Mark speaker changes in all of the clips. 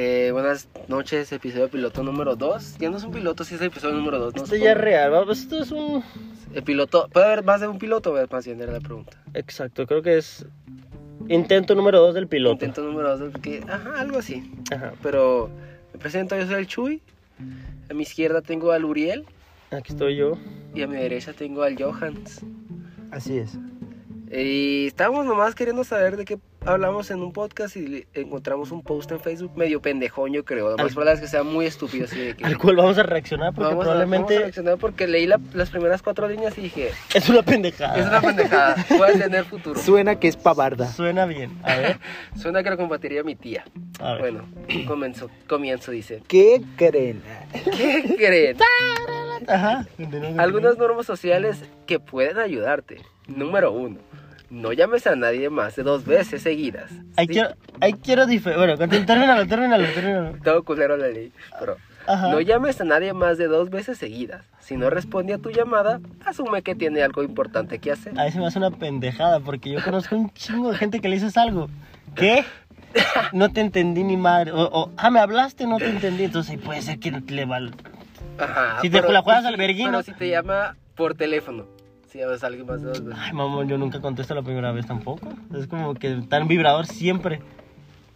Speaker 1: Eh, noches, episodio piloto número 2. Ya no es un piloto, si es el episodio número 2.
Speaker 2: Esto ya es real, ¿va? Pues esto es un...
Speaker 1: El piloto, puede haber más de un piloto, ¿verdad? más bien era la pregunta.
Speaker 2: Exacto, creo que es intento número 2 del piloto.
Speaker 1: Intento número 2, porque, ajá, algo así.
Speaker 2: Ajá.
Speaker 1: Pero me presento, yo soy el Chuy. A mi izquierda tengo al Uriel
Speaker 2: Aquí estoy yo.
Speaker 1: y a mi derecha tengo al Johans.
Speaker 3: Así es.
Speaker 1: Y estábamos nomás queriendo saber de qué hablamos en un podcast y le- encontramos un post en Facebook medio pendejón, yo creo. Lo más
Speaker 2: Al-
Speaker 1: probable es que sea muy estúpido. Así de que
Speaker 2: Al cual vamos a reaccionar porque
Speaker 1: vamos a-
Speaker 2: probablemente
Speaker 1: vamos a reaccionar porque leí la- las primeras cuatro líneas y dije,
Speaker 2: es una pendejada.
Speaker 1: es una pendejada, puede tener futuro.
Speaker 3: Suena que es pavarda.
Speaker 2: Suena bien. A ver,
Speaker 1: Suena que lo compartiría mi tía.
Speaker 2: a ver.
Speaker 1: Bueno, comenzó, comienzo, dice.
Speaker 3: ¿Qué creen?
Speaker 1: ¿Qué creen?
Speaker 2: Ajá. continúa, continúa.
Speaker 1: Algunas normas sociales que pueden ayudarte. Número uno, no llames a nadie más de dos veces seguidas.
Speaker 2: Ahí
Speaker 1: Sí,
Speaker 2: quiero, ahí quiero dife- Bueno, continúa, termínalo, termínalo, termínalo.
Speaker 1: Todo culero la ley, pero...
Speaker 2: Ajá.
Speaker 1: No llames a nadie más de dos veces seguidas. Si no responde a tu llamada, asume que tiene algo importante que hacer.
Speaker 2: Ahí se me hace una pendejada porque yo conozco un chingo de gente que le dices algo. ¿Qué? No te entendí ni madre. O, o, ah, me hablaste, no te entendí. Entonces ahí puede ser que le val.
Speaker 1: Ajá,
Speaker 2: Si te la juegas al
Speaker 1: sí,
Speaker 2: verguino.
Speaker 1: Pero si te llama por teléfono, si llamas a alguien más de dos veces.
Speaker 2: Ay, mamón, yo nunca contesto la primera vez tampoco. Es como que tan vibrador siempre.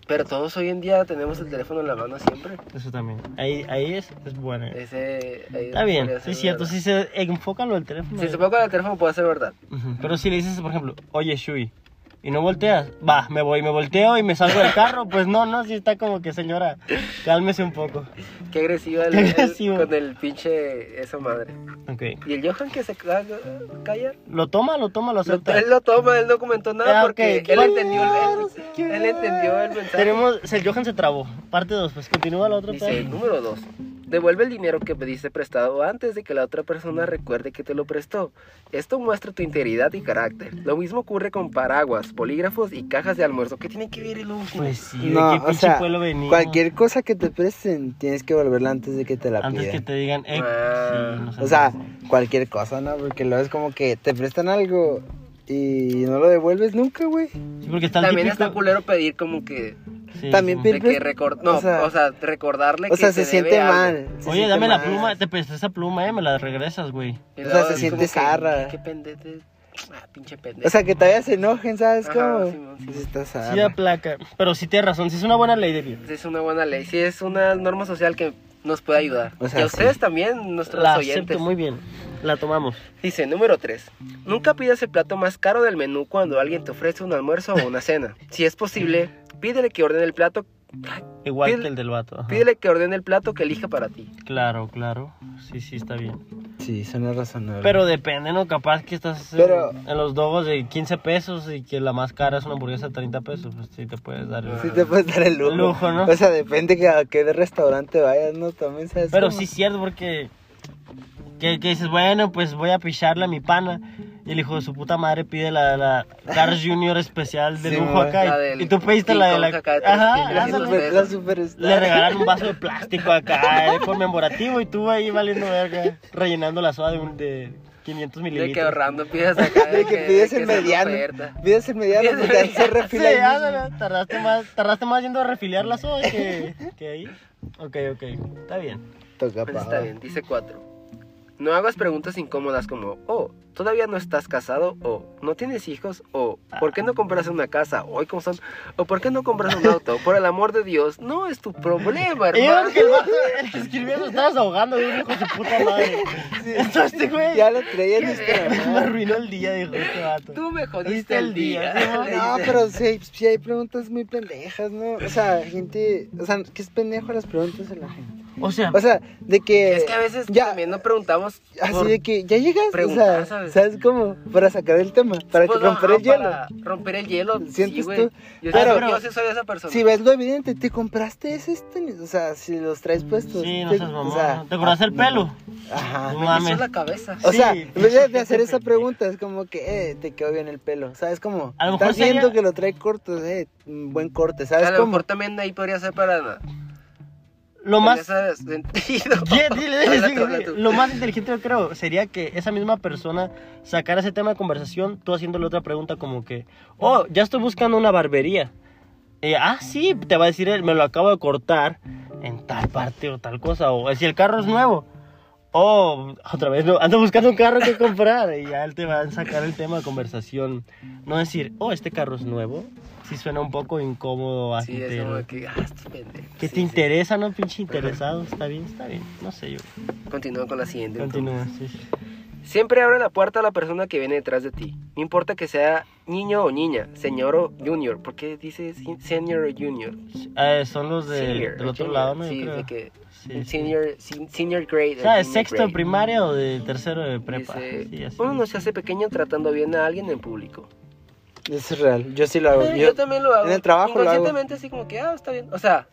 Speaker 1: Pero todos hoy en día tenemos el teléfono en la mano siempre.
Speaker 2: Eso también. Ahí, ahí es, es buena.
Speaker 1: Ese, ahí
Speaker 2: Está bien,
Speaker 1: podría
Speaker 2: sí
Speaker 1: ser
Speaker 2: es cierto.
Speaker 1: verdad.
Speaker 2: Si se enfoca lo del teléfono.
Speaker 1: Si se puede con el teléfono, puede ser verdad.
Speaker 2: Ujú, Pero si le dices, por ejemplo, oye, Shui, y no volteas, va, me voy, me volteo y me salgo del carro, pues no, no, si está como que, señora, cálmese un poco.
Speaker 1: Qué agresivo, el,
Speaker 2: Qué
Speaker 1: el-
Speaker 2: agresivo.
Speaker 1: con el pinche esa madre.
Speaker 2: Ok.
Speaker 1: Y el Johan que se ca- calla.
Speaker 2: ¿Lo toma, lo toma, lo
Speaker 1: Lo-
Speaker 2: acepta?
Speaker 1: él lo toma, él no comentó nada
Speaker 2: Ah,
Speaker 1: porque
Speaker 2: ok.
Speaker 1: él entendió, el,
Speaker 2: Claro,
Speaker 1: él entendió el mensaje.
Speaker 2: Tenemos, el Johan se trabó, parte 2, pues continúa la otra
Speaker 1: Dice,
Speaker 2: parte.
Speaker 1: número 2. Devuelve el dinero que pediste prestado antes de que la otra persona recuerde que te lo prestó. Esto muestra tu integridad y carácter. Lo mismo ocurre con paraguas, polígrafos y cajas de almuerzo. ¿Qué tiene que ver el último?
Speaker 2: Pues sí,
Speaker 3: No,
Speaker 2: ¿de qué
Speaker 3: o
Speaker 2: pinche
Speaker 3: sea,
Speaker 2: pueblo venimos?
Speaker 3: Cualquier cosa que te presten, tienes que volverla antes de que te la
Speaker 2: Antes que
Speaker 3: pidan.
Speaker 2: te digan, eh,
Speaker 1: Ah.
Speaker 2: sí, no sé.
Speaker 3: O sea, cualquier cosa, ¿no? Porque luego es como que te prestan algo y no lo devuelves nunca, güey.
Speaker 2: Sí, porque está el
Speaker 1: También
Speaker 2: típico-
Speaker 1: está culero pedir como que,
Speaker 2: sí,
Speaker 3: también
Speaker 2: sí.
Speaker 1: de
Speaker 3: Pero
Speaker 1: que
Speaker 3: es-
Speaker 1: recor- no, o
Speaker 3: o
Speaker 1: sea,
Speaker 3: sea-
Speaker 1: recordarle
Speaker 3: O
Speaker 1: que
Speaker 3: sea,
Speaker 1: te
Speaker 3: se
Speaker 1: debe
Speaker 3: siente
Speaker 1: algo.
Speaker 3: mal. se
Speaker 2: Oye,
Speaker 3: siente
Speaker 2: dame la
Speaker 3: mal.
Speaker 2: pluma, te presté esa pluma, eh, me la regresas, güey.
Speaker 1: Y
Speaker 3: O sea,
Speaker 1: luego
Speaker 3: se
Speaker 1: es
Speaker 3: siente
Speaker 1: como que,
Speaker 3: zarra.
Speaker 1: Qué pendejo. Ah, pinche pendejo.
Speaker 3: O sea, que todavía se enojen, ¿sabes
Speaker 1: Ajá,
Speaker 3: cómo?
Speaker 1: Simón, Simón.
Speaker 3: Sí, está
Speaker 2: Sí, da
Speaker 3: zarra.
Speaker 2: placa. Pero sí tienes razón, sí es una buena ley de vida.
Speaker 1: es una buena ley. Sí, es una norma social que nos puede ayudar.
Speaker 3: O sea,
Speaker 1: y a
Speaker 3: sí.
Speaker 1: ustedes también, nuestros
Speaker 2: La
Speaker 1: oyentes.
Speaker 2: acepto muy bien. La tomamos.
Speaker 1: Dice, número 3. Nunca pidas el plato más caro del menú cuando alguien te ofrece un almuerzo o una cena. Si es posible, pídele que ordene el plato,
Speaker 2: Igual
Speaker 1: Pídele-
Speaker 2: que el del vato. ajá.
Speaker 1: pídele que ordene el plato que elija para ti.
Speaker 2: Claro, claro. Sí, sí, está bien.
Speaker 3: Sí, suena razonable.
Speaker 2: Pero depende, ¿no? Capaz que estás eh,
Speaker 3: Pero-
Speaker 2: en los dogos de 15 pesos y que la más cara es una hamburguesa de 30 pesos. Pues sí, te puedes dar. el-
Speaker 3: Sí te puedes dar el lujo.
Speaker 2: El lujo, ¿no?
Speaker 3: O sea, depende que a qué restaurante vayas, ¿no? También sabes
Speaker 2: Pero
Speaker 3: cómo.
Speaker 2: sí es cierto porque... Que, que dices, bueno, pues voy a picharle a mi pana. Y el hijo de su puta madre pide la, la Carl Jr. especial de
Speaker 3: Sí,
Speaker 2: lujo
Speaker 3: güey.
Speaker 2: acá.
Speaker 1: La
Speaker 2: y-
Speaker 1: del
Speaker 2: y tú pediste la de
Speaker 1: King
Speaker 2: la...
Speaker 1: Kong acá de tres kilos.
Speaker 2: Ajá,
Speaker 3: La,
Speaker 2: ándale.
Speaker 3: super, la superstar.
Speaker 2: Le regalaron un vaso de plástico acá, eh, conmemorativo, y tú ahí valiendo verga, rellenando la soda de, un, de 500
Speaker 1: De que
Speaker 2: mililitros.
Speaker 1: ahorrando pidas acá.
Speaker 3: De que pides el
Speaker 1: sea una
Speaker 3: mediano.
Speaker 1: oferta.
Speaker 3: Pides el mediano
Speaker 1: Pides el
Speaker 3: porque ahí se
Speaker 2: Sí,
Speaker 3: refila. ahí mismo.
Speaker 2: ándale, tardaste más, tardaste más yendo a refiliar la soda que, que ahí. Ok, ok, está bien.
Speaker 3: Toca
Speaker 1: Pues
Speaker 3: pa.
Speaker 1: está bien, dice 4. No hagas preguntas incómodas como, oh, todavía no estás casado, o no tienes hijos, o ¿por qué no compras una casa? Hoy como son, o ¿por qué no compras un auto? Por el amor de Dios, no es tu problema,
Speaker 2: Y
Speaker 1: hermano.
Speaker 2: yo que el vato el que escribía lo estabas ahogando de un hijo de su puta madre. Entonces este güey
Speaker 3: Ya lo traía en este
Speaker 2: me
Speaker 3: nuestra mano.
Speaker 2: arruinó el día, dijo este vato.
Speaker 1: Tú me jodiste
Speaker 2: Jodiste
Speaker 1: el
Speaker 2: el
Speaker 1: día.
Speaker 2: día.
Speaker 1: Le
Speaker 3: No,
Speaker 1: dice.
Speaker 3: pero sí, sí hay preguntas muy pendejas, ¿no? O sea, gente. O sea, que es pendejo las preguntas de la gente.
Speaker 2: O sea,
Speaker 3: O sea, de que.
Speaker 1: Es que a veces
Speaker 3: Ya.
Speaker 1: también no preguntamos.
Speaker 3: Así
Speaker 1: por-
Speaker 3: de que ya llegas, o
Speaker 1: preguntar,
Speaker 3: sea,
Speaker 1: ¿sabes?
Speaker 3: ¿sabes? cómo? Para sacar el tema, para
Speaker 1: Pues,
Speaker 3: que romper
Speaker 1: ajá,
Speaker 3: el hielo.
Speaker 1: para romper el hielo.
Speaker 3: ¿Sientes
Speaker 1: sí, güey.
Speaker 3: tú?
Speaker 1: Yo,
Speaker 2: Pero-
Speaker 1: sí- yo sí soy esa persona.
Speaker 3: Si ves lo evidente, te compraste esos tenis, o sea, si los traes puestos.
Speaker 2: sí, no
Speaker 3: te-
Speaker 2: seas
Speaker 3: o
Speaker 2: mamón.
Speaker 3: sea,
Speaker 2: ¿Te cortaste el
Speaker 3: no.
Speaker 2: pelo?
Speaker 3: Ajá.
Speaker 2: No
Speaker 1: me hizo
Speaker 2: mames.
Speaker 1: la cabeza.
Speaker 3: O
Speaker 2: Sí,
Speaker 3: sea, en
Speaker 2: pinche
Speaker 3: vez de
Speaker 2: gente
Speaker 3: hacer esa
Speaker 2: pendeja.
Speaker 3: pregunta, es como que, eh, te quedó bien el pelo. O sea, es como,
Speaker 2: A lo mejor
Speaker 3: estás viendo
Speaker 2: sería-
Speaker 3: que lo trae corto, eh, un buen corte,
Speaker 1: A
Speaker 3: ¿sabes
Speaker 1: lo
Speaker 3: cómo?
Speaker 1: mejor también ahí podría ser para.
Speaker 2: Lo más
Speaker 1: en ese sentido.
Speaker 2: Ya, dile,
Speaker 1: Habla
Speaker 2: sí,
Speaker 1: tú, habla
Speaker 2: sí.
Speaker 1: tú.
Speaker 2: Lo más inteligente yo creo sería que esa misma persona sacara ese tema de conversación, tú haciéndole otra pregunta como que, oh, ya estoy buscando una barbería. Eh, ah, sí, te va a decir él, me lo acabo de cortar en tal parte o tal cosa. O si el carro es nuevo. Oh, otra vez, no, ando buscando un carro que comprar. Y ya él te va a sacar el tema de conversación. No decir, oh, este carro es nuevo. Sí suena un poco incómodo. así
Speaker 1: Sí, es
Speaker 2: te-
Speaker 1: como que, ah, estos pendejos. Sí,
Speaker 2: que te
Speaker 1: sí.
Speaker 2: interesa, ¿no? Pinche interesado. Está bien, está bien. No sé yo.
Speaker 1: Continúa con la siguiente.
Speaker 2: Continúa, sí, sí.
Speaker 1: Siempre abre la puerta a la persona que viene detrás de ti. No importa que sea niño o niña, señor o junior. ¿Por qué dices senior o junior?
Speaker 2: Ah, son los de-
Speaker 1: Senior
Speaker 2: del
Speaker 1: o
Speaker 2: otro
Speaker 1: junior.
Speaker 2: lado, ¿no? Yo
Speaker 1: Sí,
Speaker 2: creo.
Speaker 1: de que
Speaker 2: Sí, sí.
Speaker 1: senior, sin- senior grade.
Speaker 2: O sea, ¿de
Speaker 1: junior
Speaker 2: sexto de
Speaker 1: grade.
Speaker 2: primaria o de tercero de prepa?
Speaker 1: Dice,
Speaker 2: Sí, así.
Speaker 1: uno no se hace pequeño tratando bien a alguien en público.
Speaker 3: Eso es real. Yo sí lo hago.
Speaker 1: Eh,
Speaker 3: Yo,
Speaker 1: yo también lo hago.
Speaker 3: en el trabajo lo hago.
Speaker 1: Inconscientemente así como que, ah, está bien. O sea,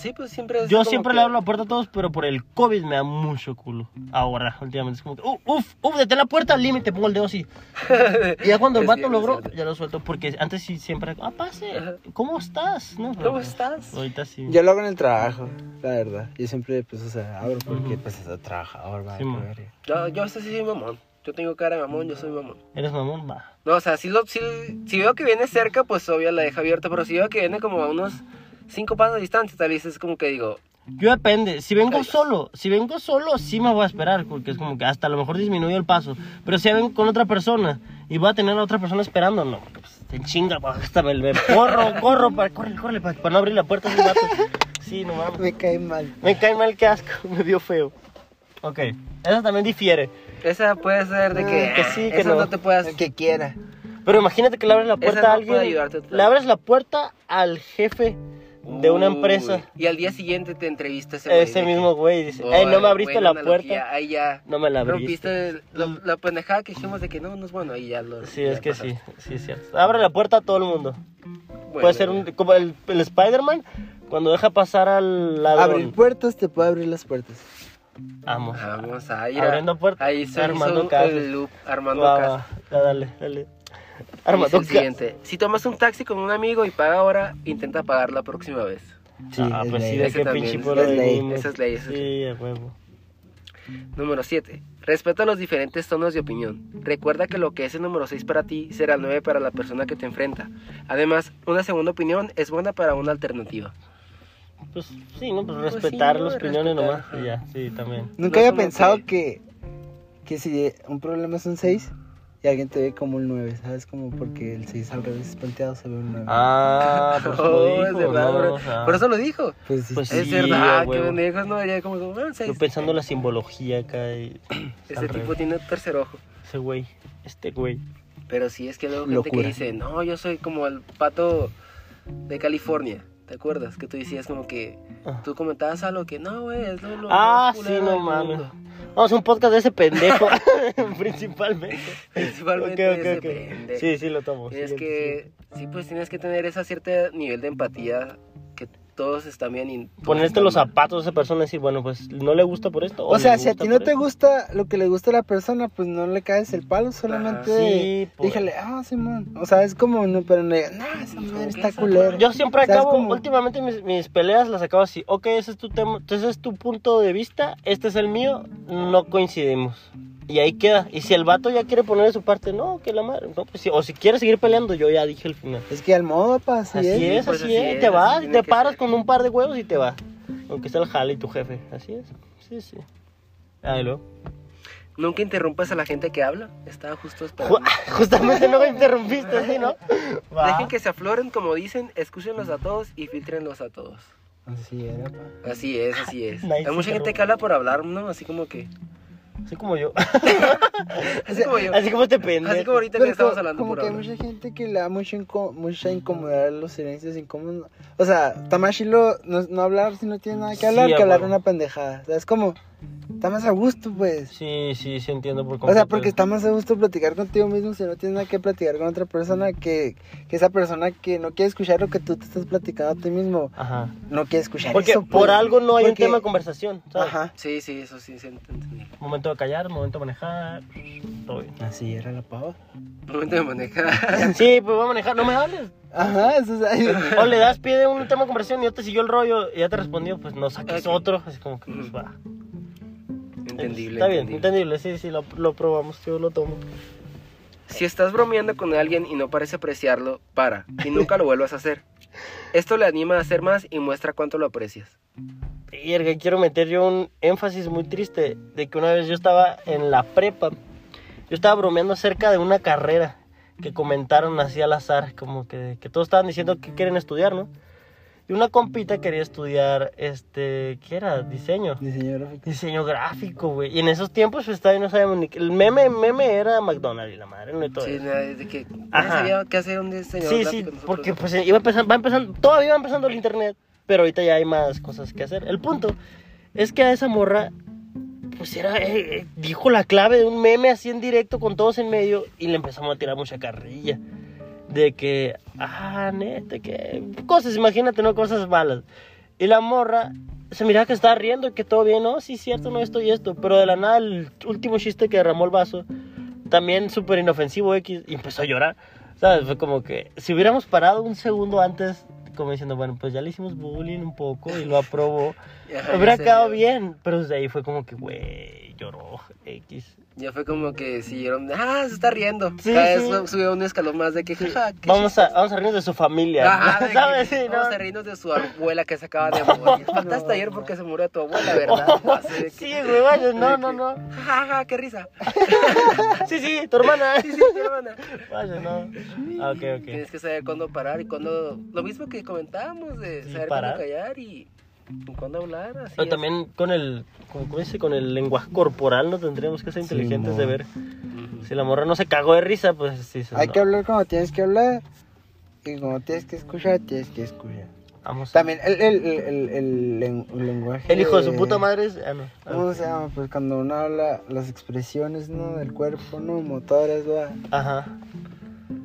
Speaker 1: sí, pues siempre es
Speaker 2: Yo
Speaker 1: como
Speaker 2: siempre
Speaker 1: que-
Speaker 2: le abro la puerta a todos, pero por el COVID me da mucho culo. Ahora, últimamente es como que, "Uh, uf, uf, detén la puerta al límite, pongo el dedo así. Y ya cuando el
Speaker 1: Es
Speaker 2: vato
Speaker 1: cierto,
Speaker 2: logró,
Speaker 1: es cierto.
Speaker 2: ya lo suelto, porque antes sí siempre, ah,
Speaker 1: Ajá.
Speaker 2: pase, ¿cómo estás? No, pero
Speaker 1: ¿Cómo estás?
Speaker 2: Ahorita sí.
Speaker 3: yo lo hago en el trabajo, la verdad. Yo siempre, pues, o sea, abro porque,
Speaker 2: Ujú.
Speaker 3: pues, es trabajador, va.
Speaker 2: Sí, man.
Speaker 3: verga.
Speaker 1: Yo, yo sí soy mamón. Yo tengo cara de mamón, yo soy mamón.
Speaker 2: ¿Eres mamón? Va.
Speaker 1: No, o sea, si, lo, si, si veo que viene cerca, pues obvio la dejo abierta. Pero si veo que viene como a unos cinco pasos de distancia, tal vez es como que digo,
Speaker 2: Yo depende, si vengo
Speaker 1: Adiós.
Speaker 2: solo, si vengo solo, sí me voy a esperar, porque es como que hasta a lo mejor disminuyo el paso. Pero si ya vengo con otra persona y voy a tener a otra persona esperando, no, pues, te chinga, va, hasta me, me corro, corro, para, corre, corre, para, no abrir la puerta a ese vato. Sí, no mames.
Speaker 3: Me cae mal.
Speaker 2: Me cae mal que asco, me vio feo. Ok, eso también difiere.
Speaker 1: esa puede ser de que,
Speaker 2: Mm, que sí, que
Speaker 1: esa no.
Speaker 2: no.
Speaker 1: te puedas.
Speaker 3: El que quiera.
Speaker 2: Pero imagínate que le abres la puerta
Speaker 1: Esa
Speaker 2: a
Speaker 1: no
Speaker 2: alguien.
Speaker 1: puede ayudarte tanto.
Speaker 2: le abres la puerta al jefe de una empresa.
Speaker 1: Uy, Y al día siguiente te entrevista ese güey
Speaker 2: Ese
Speaker 1: de que,
Speaker 2: mismo güey dice,
Speaker 1: "Oh,
Speaker 2: "Ey, no me
Speaker 1: buena
Speaker 2: abriste la
Speaker 1: analogía,
Speaker 2: puerta.
Speaker 1: Ahí ya.
Speaker 2: No me la abriste.
Speaker 1: Rompiste el- lo- la pendejada que hicimos de que no, no es bueno. Ahí ya lo.
Speaker 2: Sí,
Speaker 1: ya
Speaker 2: es que
Speaker 1: pasaste.
Speaker 2: sí, sí es cierto. Abre la puerta a todo el mundo.
Speaker 1: Bueno,
Speaker 2: Puede ser un, como el, el Spider-Man cuando deja pasar al ladrón.
Speaker 3: Abrir puertas te puede abrir las puertas.
Speaker 2: Vamos.
Speaker 1: Vamos a ir. a-
Speaker 2: Abriendo puertas,
Speaker 1: Ahí se
Speaker 2: armando
Speaker 1: hizo
Speaker 2: casas.
Speaker 1: el loop, armando
Speaker 2: Va,
Speaker 1: casas.
Speaker 2: va, va, dale, dale.
Speaker 1: Dice
Speaker 2: Armando
Speaker 1: el siguiente. Si tomas un taxi con un amigo y paga ahora, intenta pagar la próxima vez.
Speaker 3: Sí,
Speaker 2: ah,
Speaker 3: es
Speaker 2: pues sí,
Speaker 3: ley.
Speaker 2: de
Speaker 1: Ese
Speaker 2: qué
Speaker 1: también,
Speaker 2: pinche
Speaker 1: es
Speaker 2: pueblo
Speaker 3: ley,
Speaker 2: venimos.
Speaker 1: esa es ley, esa es
Speaker 2: Sí, a huevo.
Speaker 1: Número 7. Respeta los diferentes tonos de opinión. Recuerda que lo que es el número 6 para ti será el 9 para la persona que te enfrenta. Además, una segunda opinión es buena para una alternativa.
Speaker 2: Pues sí, ¿no? Pues
Speaker 1: Pues sí,
Speaker 2: respetar
Speaker 1: ¿no?
Speaker 2: las opiniones
Speaker 1: Respetar,
Speaker 2: nomás.
Speaker 1: ajá.
Speaker 2: y ya, sí, también.
Speaker 3: Nunca
Speaker 1: No
Speaker 3: había
Speaker 1: somos
Speaker 3: pensado
Speaker 1: de-
Speaker 3: que, que si un problema es un 6 y alguien te ve como un 9, ¿sabes? Como porque el 6 al revés planteado se ve un 9.
Speaker 2: Ah, por eso
Speaker 1: Oh, es verdad, bro. Por eso lo dijo.
Speaker 3: Pues sí.
Speaker 2: Pues
Speaker 1: es
Speaker 3: Pues,
Speaker 2: Ah. sí, a
Speaker 1: verdad, qué
Speaker 2: huevo.
Speaker 1: pendejos, no diría como que, "Ah, seis".
Speaker 2: Yo pensando la simbología acá. y- al
Speaker 1: Ese
Speaker 2: revés.
Speaker 1: tipo tiene tercer ojo.
Speaker 2: Ese güey, este güey.
Speaker 1: Pero sí es que luego gente
Speaker 3: Locura.
Speaker 1: que dice, no, yo soy como el pato de California. ¿Te acuerdas? Que tú decías como que
Speaker 2: Ah.
Speaker 1: tú comentabas algo que no, güey, es lo, lo
Speaker 2: Ah,
Speaker 1: más
Speaker 2: sí,
Speaker 1: culero
Speaker 2: no
Speaker 1: del
Speaker 2: mames.
Speaker 1: mundo".
Speaker 2: Vamos a hacer un podcast de ese pendejo, principalmente.
Speaker 1: Principalmente
Speaker 2: Ok, ok,
Speaker 1: ese
Speaker 2: ok.
Speaker 1: pendejo.
Speaker 2: Sí, sí, lo tomo.
Speaker 1: Es
Speaker 2: siguiente,
Speaker 1: que sí, pues tienes que tener ese cierto nivel de empatía que todos están bien. y
Speaker 2: sí.
Speaker 1: todos
Speaker 2: Ponerte
Speaker 1: están
Speaker 2: los
Speaker 1: mal.
Speaker 2: zapatos de esa persona y decir, bueno, pues no le gusta por esto.
Speaker 3: o
Speaker 2: le
Speaker 3: sea, si a
Speaker 2: gusta
Speaker 3: ti no
Speaker 2: por
Speaker 3: te
Speaker 2: esto.
Speaker 3: gusta lo que le gusta a la persona, pues no le caes el palo, solamente
Speaker 2: sí, pues, por-
Speaker 3: díjale, ah, Simón. O sea, es como, no, pero no digas, nah, esa
Speaker 1: Como
Speaker 3: madre
Speaker 1: que
Speaker 3: está
Speaker 1: esa
Speaker 3: culero.
Speaker 1: madre-
Speaker 2: Yo siempre
Speaker 3: ¿Sabes
Speaker 2: acabo,
Speaker 3: cómo?
Speaker 2: últimamente mis, mis peleas las acabo así. Ok, ese es tu tema, ese es tu punto de vista, este es el mío, no coincidimos. Y ahí queda. Y si el vato ya quiere poner de su parte, no, que la madre. No, pues sí, o si quiere seguir peleando, yo ya dije el final.
Speaker 3: Es que al modo, ¿eh? pa, así,
Speaker 2: Así, es,
Speaker 1: pues
Speaker 2: así
Speaker 1: así
Speaker 2: es.
Speaker 1: es,
Speaker 2: Te
Speaker 1: así
Speaker 2: vas,
Speaker 1: tiene
Speaker 2: te
Speaker 1: que
Speaker 2: paras
Speaker 1: ser.
Speaker 2: con un par de huevos y te vas. Aunque sea el jale y tu jefe. Así es. Sí, sí. Ahí luego.
Speaker 1: Nunca interrumpas a la gente que habla. Estaba justo esperando.
Speaker 2: Ju- ah, Justamente no me interrumpiste, ¿sí, no? Va.
Speaker 1: Dejen que se afloren, como dicen, escúchenlos a todos y filtrenlos a todos.
Speaker 3: Así era, pa.
Speaker 1: Así es, así es.
Speaker 2: Nadie se
Speaker 1: Hay mucha gente
Speaker 2: interrumpe.
Speaker 1: que habla por hablar, ¿no? Así como que.
Speaker 2: Así como yo.
Speaker 1: Así como yo.
Speaker 2: Así como este pendejo.
Speaker 1: Así como ahorita
Speaker 3: Pero
Speaker 1: que estamos
Speaker 3: co-
Speaker 1: hablando
Speaker 3: como
Speaker 1: por
Speaker 3: que hay
Speaker 1: hablar.
Speaker 3: mucha gente que le da mucho inco- mucha incomodidad los silencios incómodos. O sea, está más chilo no, no hablar si no tiene nada que
Speaker 2: Sí,
Speaker 3: hablar
Speaker 2: a
Speaker 3: que hablar
Speaker 2: huevo.
Speaker 3: una pendejada. O sea, es como, está más a gusto, pues.
Speaker 2: Sí, sí, sí entiendo por
Speaker 3: O sea,
Speaker 2: completo.
Speaker 3: porque está más a gusto platicar contigo mismo si no tienes nada que platicar con otra persona que, que esa persona que no quiere escuchar lo que tú te estás platicando a ti mismo.
Speaker 2: Ajá.
Speaker 3: No quiere escuchar
Speaker 2: Porque
Speaker 3: eso.
Speaker 2: por
Speaker 3: pues.
Speaker 2: algo no hay un
Speaker 3: Porque-
Speaker 2: tema de conversación. ¿sabes?
Speaker 3: Ajá.
Speaker 1: Sí, sí, eso sí, se entendí.
Speaker 2: Momento de callar, momento de manejar. todo bien.
Speaker 3: Así era la pava.
Speaker 1: Momento de manejar.
Speaker 2: Sí, pues voy a manejar, no me hables.
Speaker 3: Ajá, eso es ahí.
Speaker 2: O le das pie de un tema de conversación y ya te siguió el rollo y ya te respondió, pues no saques
Speaker 1: Ok.
Speaker 2: otro. Así como que pues va.
Speaker 1: Entendible.
Speaker 2: Está bien,
Speaker 1: entendible.
Speaker 2: entendible, sí, sí, lo, lo probamos, yo lo tomo.
Speaker 1: Si estás bromeando con alguien y no parece apreciarlo, para y nunca lo vuelvas a hacer. Esto le anima a hacer más y muestra cuánto lo aprecias.
Speaker 2: Verga, quiero meter yo un énfasis muy triste de que una vez yo estaba en la prepa, yo estaba bromeando acerca de una carrera que comentaron así al azar, como que, que todos estaban diciendo que quieren estudiar, ¿no? Y una compita quería estudiar, este, ¿qué era? Diseño.
Speaker 3: Diseño gráfico.
Speaker 2: Diseño gráfico, güey. Y en esos tiempos, pues, todavía no sabíamos ni... qué- El meme, meme era McDonald's y la madre, no y todo
Speaker 1: Sí,
Speaker 2: eso.
Speaker 1: la- de que nadie
Speaker 2: Ajá.
Speaker 1: sabía qué hacer un diseñador
Speaker 2: Sí,
Speaker 1: gráfico
Speaker 2: sí,
Speaker 1: nosotros.
Speaker 2: porque pues iba empezando, va empezando, todavía va empezando el internet, pero ahorita ya hay más cosas que hacer. El punto es que a esa morra, pues era, eh, eh, dijo la clave de un meme así en directo con todos en medio y le empezamos a tirar mucha carrilla. De que, ah, neta, que cosas, imagínate, no cosas malas. Y la morra se miraba que estaba riendo, que todo bien, no, sí, cierto, no, esto y esto. Pero de la nada, el último chiste que derramó el vaso, también súper inofensivo X, y empezó a llorar. ¿Sabes? Fue como que si hubiéramos parado un segundo antes, como diciendo, bueno, pues ya le hicimos bullying un poco y lo aprobó,
Speaker 1: Ajá,
Speaker 2: hubiera
Speaker 1: ya sé,
Speaker 2: quedado
Speaker 1: ya-
Speaker 2: bien. Pero desde ahí fue como que, güey, lloró X.
Speaker 1: Ya fue como que siguieron, ah, se está riendo.
Speaker 2: Sí,
Speaker 1: Cada vez
Speaker 2: sí.
Speaker 1: su- subió un escalón más de que, jaja, qué
Speaker 2: Vamos a, vamos a reírnos de su familia.
Speaker 1: Ah, de que-
Speaker 2: ¿Sabes? Sí, ¿no?
Speaker 1: Vamos a reírnos de su abuela que se acaba de morir. Faltaste ayer porque se murió tu abuela, ¿verdad? Así de que-
Speaker 2: Sí, güey, vaya, no, no, no.
Speaker 1: Ja, ja, ja, qué risa.
Speaker 2: Sí, sí, tu hermana.
Speaker 1: Sí, sí, mi hermana.
Speaker 2: Vaya, no. Ah, Ok, ok.
Speaker 1: Tienes que saber cuándo parar y cuándo. Lo mismo que comentábamos de
Speaker 2: Sí,
Speaker 1: saber
Speaker 2: parar.
Speaker 1: cuándo callar y, y cuándo hablar. Así
Speaker 2: Pero
Speaker 1: es.
Speaker 2: también con el, con, ¿cómo dice? Con el lenguaje corporal no tendríamos que ser
Speaker 3: Sí,
Speaker 2: inteligentes
Speaker 3: mo.
Speaker 2: de ver.
Speaker 1: Ujú.
Speaker 2: Si la morra no se cagó de risa, pues sí. se-
Speaker 3: Hay
Speaker 2: no.
Speaker 3: que hablar como tienes que hablar. Y como tienes que escuchar, tienes que escuchar.
Speaker 2: Vamos.
Speaker 3: También el, el, el, el- el len- el lenguaje.
Speaker 2: El hijo de su
Speaker 3: Eh,
Speaker 2: puta madre es. Ah, no. Ah,
Speaker 3: ¿Cómo se llama? Pues cuando uno habla las expresiones, ¿no? Del cuerpo, ¿no? Motores, ¿va?
Speaker 2: Ajá.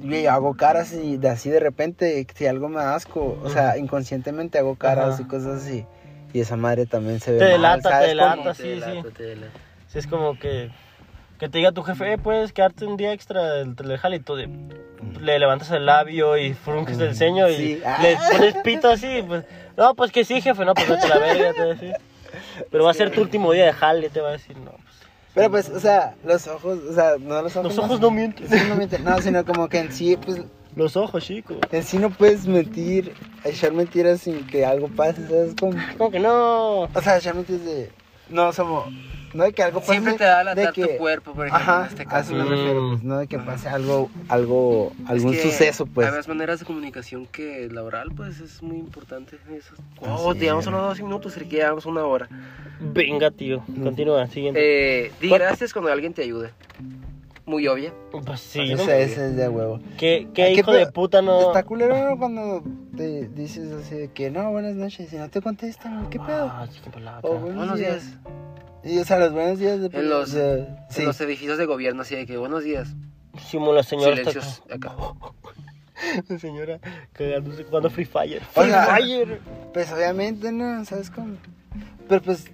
Speaker 3: Y hago caras y de así de repente, si algo me da asco, o sea, inconscientemente hago caras
Speaker 2: Ajá.
Speaker 3: y cosas así. Y esa madre también se ve
Speaker 2: Te
Speaker 3: mal,
Speaker 2: delata,
Speaker 3: ¿sabes
Speaker 2: te
Speaker 3: cómo?
Speaker 2: delata.
Speaker 1: Te
Speaker 2: sí,
Speaker 1: delato,
Speaker 2: sí.
Speaker 1: te delato.
Speaker 2: Si es como que. Que te diga tu jefe, eh, puedes quedarte un día extra del telejal y tú de- le levantas el labio y frunges el ceño y
Speaker 3: Sí. Ah.
Speaker 2: le pones pito así. Pues, no, pues que sí, jefe, no, pues vete a la verga, te va a decir. Pero va a ser tu último día de jale, te va a decir, no. Pues,
Speaker 3: Pero pues, o sea, los ojos, o sea, no los ojos.
Speaker 2: los ojos no mienten.
Speaker 3: Sí, no mienten, no, sino como que en sí, pues,
Speaker 2: Los ojos, chico.
Speaker 3: en sí no puedes mentir, echar mentiras sin que algo pase, ¿sabes? Como,
Speaker 2: ¿Cómo que no?
Speaker 3: o sea, echar mentiras de, no, somos, no de que algo pase.
Speaker 1: Siempre te va a
Speaker 3: de
Speaker 1: latar
Speaker 3: que-
Speaker 1: tu cuerpo, por ejemplo,
Speaker 3: Ajá,
Speaker 1: en este
Speaker 3: a
Speaker 1: caso.
Speaker 3: eso me
Speaker 2: Mm.
Speaker 3: refiero, pues, no de que pase algo, algo, algún
Speaker 1: Es que
Speaker 3: suceso, pues.
Speaker 1: Hay más maneras de comunicación que la oral, pues es muy importante. Eso.
Speaker 3: Así
Speaker 1: Oh, llevamos
Speaker 3: es.
Speaker 1: solo 12 minutos, y que llevamos una hora.
Speaker 2: Venga, tío.
Speaker 3: Mm.
Speaker 2: Continúa, siguiente.
Speaker 1: Eh, di
Speaker 2: ¿Cuál?
Speaker 1: gracias cuando alguien te ayuda. Muy obvia.
Speaker 2: pues sí.
Speaker 1: así
Speaker 2: ¿no?
Speaker 1: se-
Speaker 3: Ese, ese es de huevo.
Speaker 2: ¿Qué, qué
Speaker 3: Ay, qué
Speaker 2: hijo de
Speaker 3: pe-
Speaker 2: puta no.
Speaker 3: Está culero ¿no? cuando te dices así de que no, buenas noches, y no te contestan, güey, ¿qué pedo? Oh,
Speaker 2: Ah, chica pelada.
Speaker 3: O buenos,
Speaker 1: Buenos
Speaker 3: días.
Speaker 1: días.
Speaker 3: Y o sea, los buenos días de
Speaker 1: En los-
Speaker 3: de-
Speaker 1: En
Speaker 3: sí.
Speaker 1: los edificios de gobierno, así de que buenos días.
Speaker 2: Simula señora está
Speaker 1: Silencios acá.
Speaker 2: acá. señora cagándose jugando Free Fire.
Speaker 3: O
Speaker 2: Free
Speaker 3: sea-
Speaker 2: Fire.
Speaker 3: Pues obviamente no, ¿sabes cómo? Pero pues,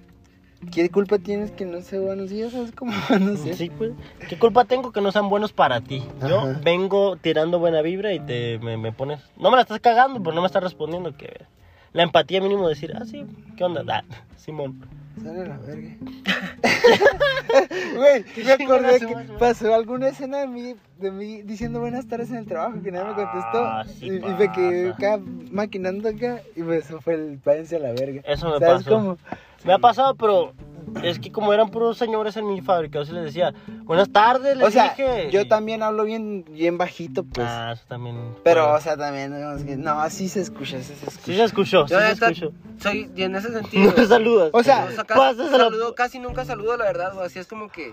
Speaker 3: ¿qué culpa tienes que no sé buenos días? ¿Sabes cómo? No sé.
Speaker 2: Sí, pues. ¿Qué culpa tengo que no sean buenos para ti? Yo
Speaker 3: Ajá.
Speaker 2: vengo tirando buena vibra y te me, me pones. No me la estás cagando, pero no me estás respondiendo. Que la empatía mínimo decir, ah, sí, ¿qué onda? Ah, Simón.
Speaker 3: Sale a la verga. Güey, me acordé
Speaker 2: chingazo,
Speaker 3: que
Speaker 2: vas, vas.
Speaker 3: pasó alguna escena de mí, de mí diciendo buenas tardes en el trabajo que nadie me contestó.
Speaker 2: Ah, sí
Speaker 3: y, y me quedé
Speaker 2: pasa.
Speaker 3: acá maquinando acá y me eso fue el váyanse a la verga.
Speaker 2: Eso me
Speaker 3: ¿Sabes
Speaker 2: pasó.
Speaker 3: cómo?
Speaker 2: Me ha pasado, pero es que como eran puros señores en mi fábrica, yo sí les decía, buenas tardes, les
Speaker 3: O sea,
Speaker 2: dije.
Speaker 3: yo
Speaker 2: y-
Speaker 3: también hablo bien, bien bajito, pues.
Speaker 2: Ah, eso también.
Speaker 3: pero, o sea, también, digamos que- no, así se escucha, sí se escucha.
Speaker 2: Sí se escuchó, sí
Speaker 1: Yo,
Speaker 2: se
Speaker 1: neta,
Speaker 2: escuchó.
Speaker 1: soy, y en ese
Speaker 2: No
Speaker 1: sentido.
Speaker 2: te saludas.
Speaker 3: O sea,
Speaker 1: o sea, casi,
Speaker 2: Pásaselo.
Speaker 1: saludo, casi nunca saludo, la verdad. o Así es como que.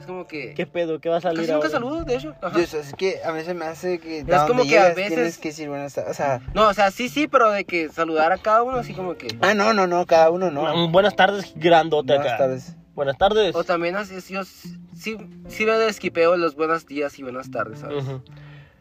Speaker 1: Es como que.
Speaker 2: ¿Qué pedo? ¿Qué va a salir
Speaker 1: Casi
Speaker 2: ahora?
Speaker 1: nunca saludo, de hecho. Ajá.
Speaker 3: Yo, es que a mí se me hace que.
Speaker 1: Es como que a veces-
Speaker 3: Tienes que decir buenas tardes. O sea,
Speaker 1: No, o sea, sí, sí, pero de que saludar a cada uno, así como que.
Speaker 3: ah, no, no, no, cada uno no.
Speaker 2: Un Mm, Buenas tardes, grandote
Speaker 3: Buenas
Speaker 2: acá.
Speaker 3: tardes.
Speaker 2: Buenas tardes.
Speaker 1: O también así es, yo sí, sí me desquipeo los buenos días y buenas tardes, ¿sabes?
Speaker 2: Ujú.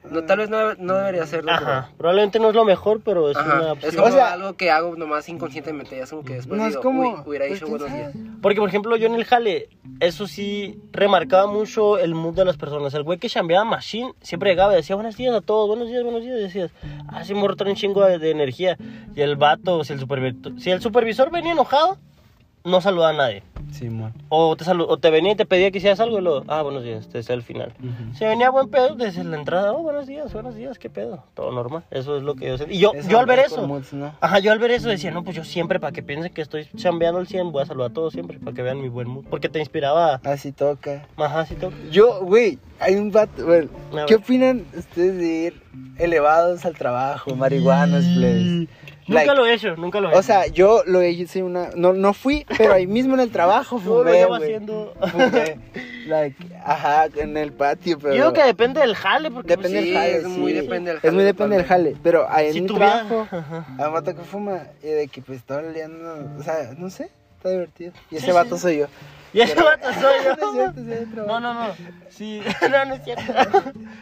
Speaker 1: No, tal vez no, no debería hacerlo. pero-
Speaker 2: Ajá. Probablemente no es lo mejor, pero es
Speaker 1: Ajá,
Speaker 2: una
Speaker 1: es
Speaker 2: opción.
Speaker 1: como
Speaker 3: O sea-
Speaker 1: algo que hago nomás inconscientemente, ya es como que después
Speaker 3: No es
Speaker 1: digo,
Speaker 3: como.
Speaker 1: uy, hubiera
Speaker 3: pues,
Speaker 1: dicho
Speaker 3: ¿quién
Speaker 1: buenos
Speaker 3: sabe?
Speaker 1: días.
Speaker 2: Porque, por ejemplo, yo en el jale, eso sí remarcaba mucho el mood de las personas. El güey que chambeaba machine siempre llegaba y decía buenos días a todos, buenos días, buenos días. Y decías, ah, sí, morro, trae un chingo de, de energía. Y el vato, si el, supervisor, si el supervisor venía enojado, no saludaba a nadie.
Speaker 3: Simón.
Speaker 2: O te, salu- o te venía y te pedía que hicieras algo y luego, ah, buenos días, te decía el final. Si venía buen pedo, desde la entrada, oh, buenos días, buenos días, qué pedo. Todo normal, eso es lo que yo sentí. Y yo,
Speaker 3: Eso
Speaker 2: yo al ver
Speaker 3: hablar con
Speaker 2: eso,
Speaker 3: moods, ¿no?
Speaker 2: ajá, yo al ver eso decía, no, pues yo siempre, para que piensen que estoy chambeando al 100, voy a saludar a todos siempre, para que vean mi buen mood. Porque te inspiraba,
Speaker 3: Así toca.
Speaker 2: ajá, si toca.
Speaker 3: Yo, güey, hay un vato, bueno,
Speaker 2: A
Speaker 3: ¿qué
Speaker 2: ver.
Speaker 3: opinan ustedes de ir elevados al trabajo, marihuanos, please?
Speaker 2: Nunca
Speaker 3: Like-
Speaker 2: lo he hecho, nunca lo he hecho.
Speaker 3: O sea, yo lo hice una, no, no fui, pero ahí mismo en el trabajo
Speaker 2: Yo lo
Speaker 3: fumé,
Speaker 2: llevo
Speaker 3: güey.
Speaker 2: haciendo.
Speaker 3: Fumé, like, ajá, en el patio, pero...
Speaker 2: Yo creo que depende del jale, porque pues
Speaker 3: Depende
Speaker 1: Sí,
Speaker 3: del jale,
Speaker 1: es muy
Speaker 3: sí.
Speaker 1: depende del
Speaker 3: Es muy
Speaker 1: jale,
Speaker 3: depende del jale, pero ahí en
Speaker 2: Si
Speaker 3: mi
Speaker 2: tuviera-
Speaker 3: trabajo,
Speaker 2: Ajá.
Speaker 3: a un vato que fuma, y de que pues estaba oliendo, o sea, no sé, está divertido. Y ese vato soy yo.
Speaker 2: Y ese vato soy
Speaker 3: No es
Speaker 2: yo.
Speaker 3: cierto, sí, hay
Speaker 2: No,
Speaker 3: trabajo.
Speaker 2: no, no. Sí, no, no es cierto.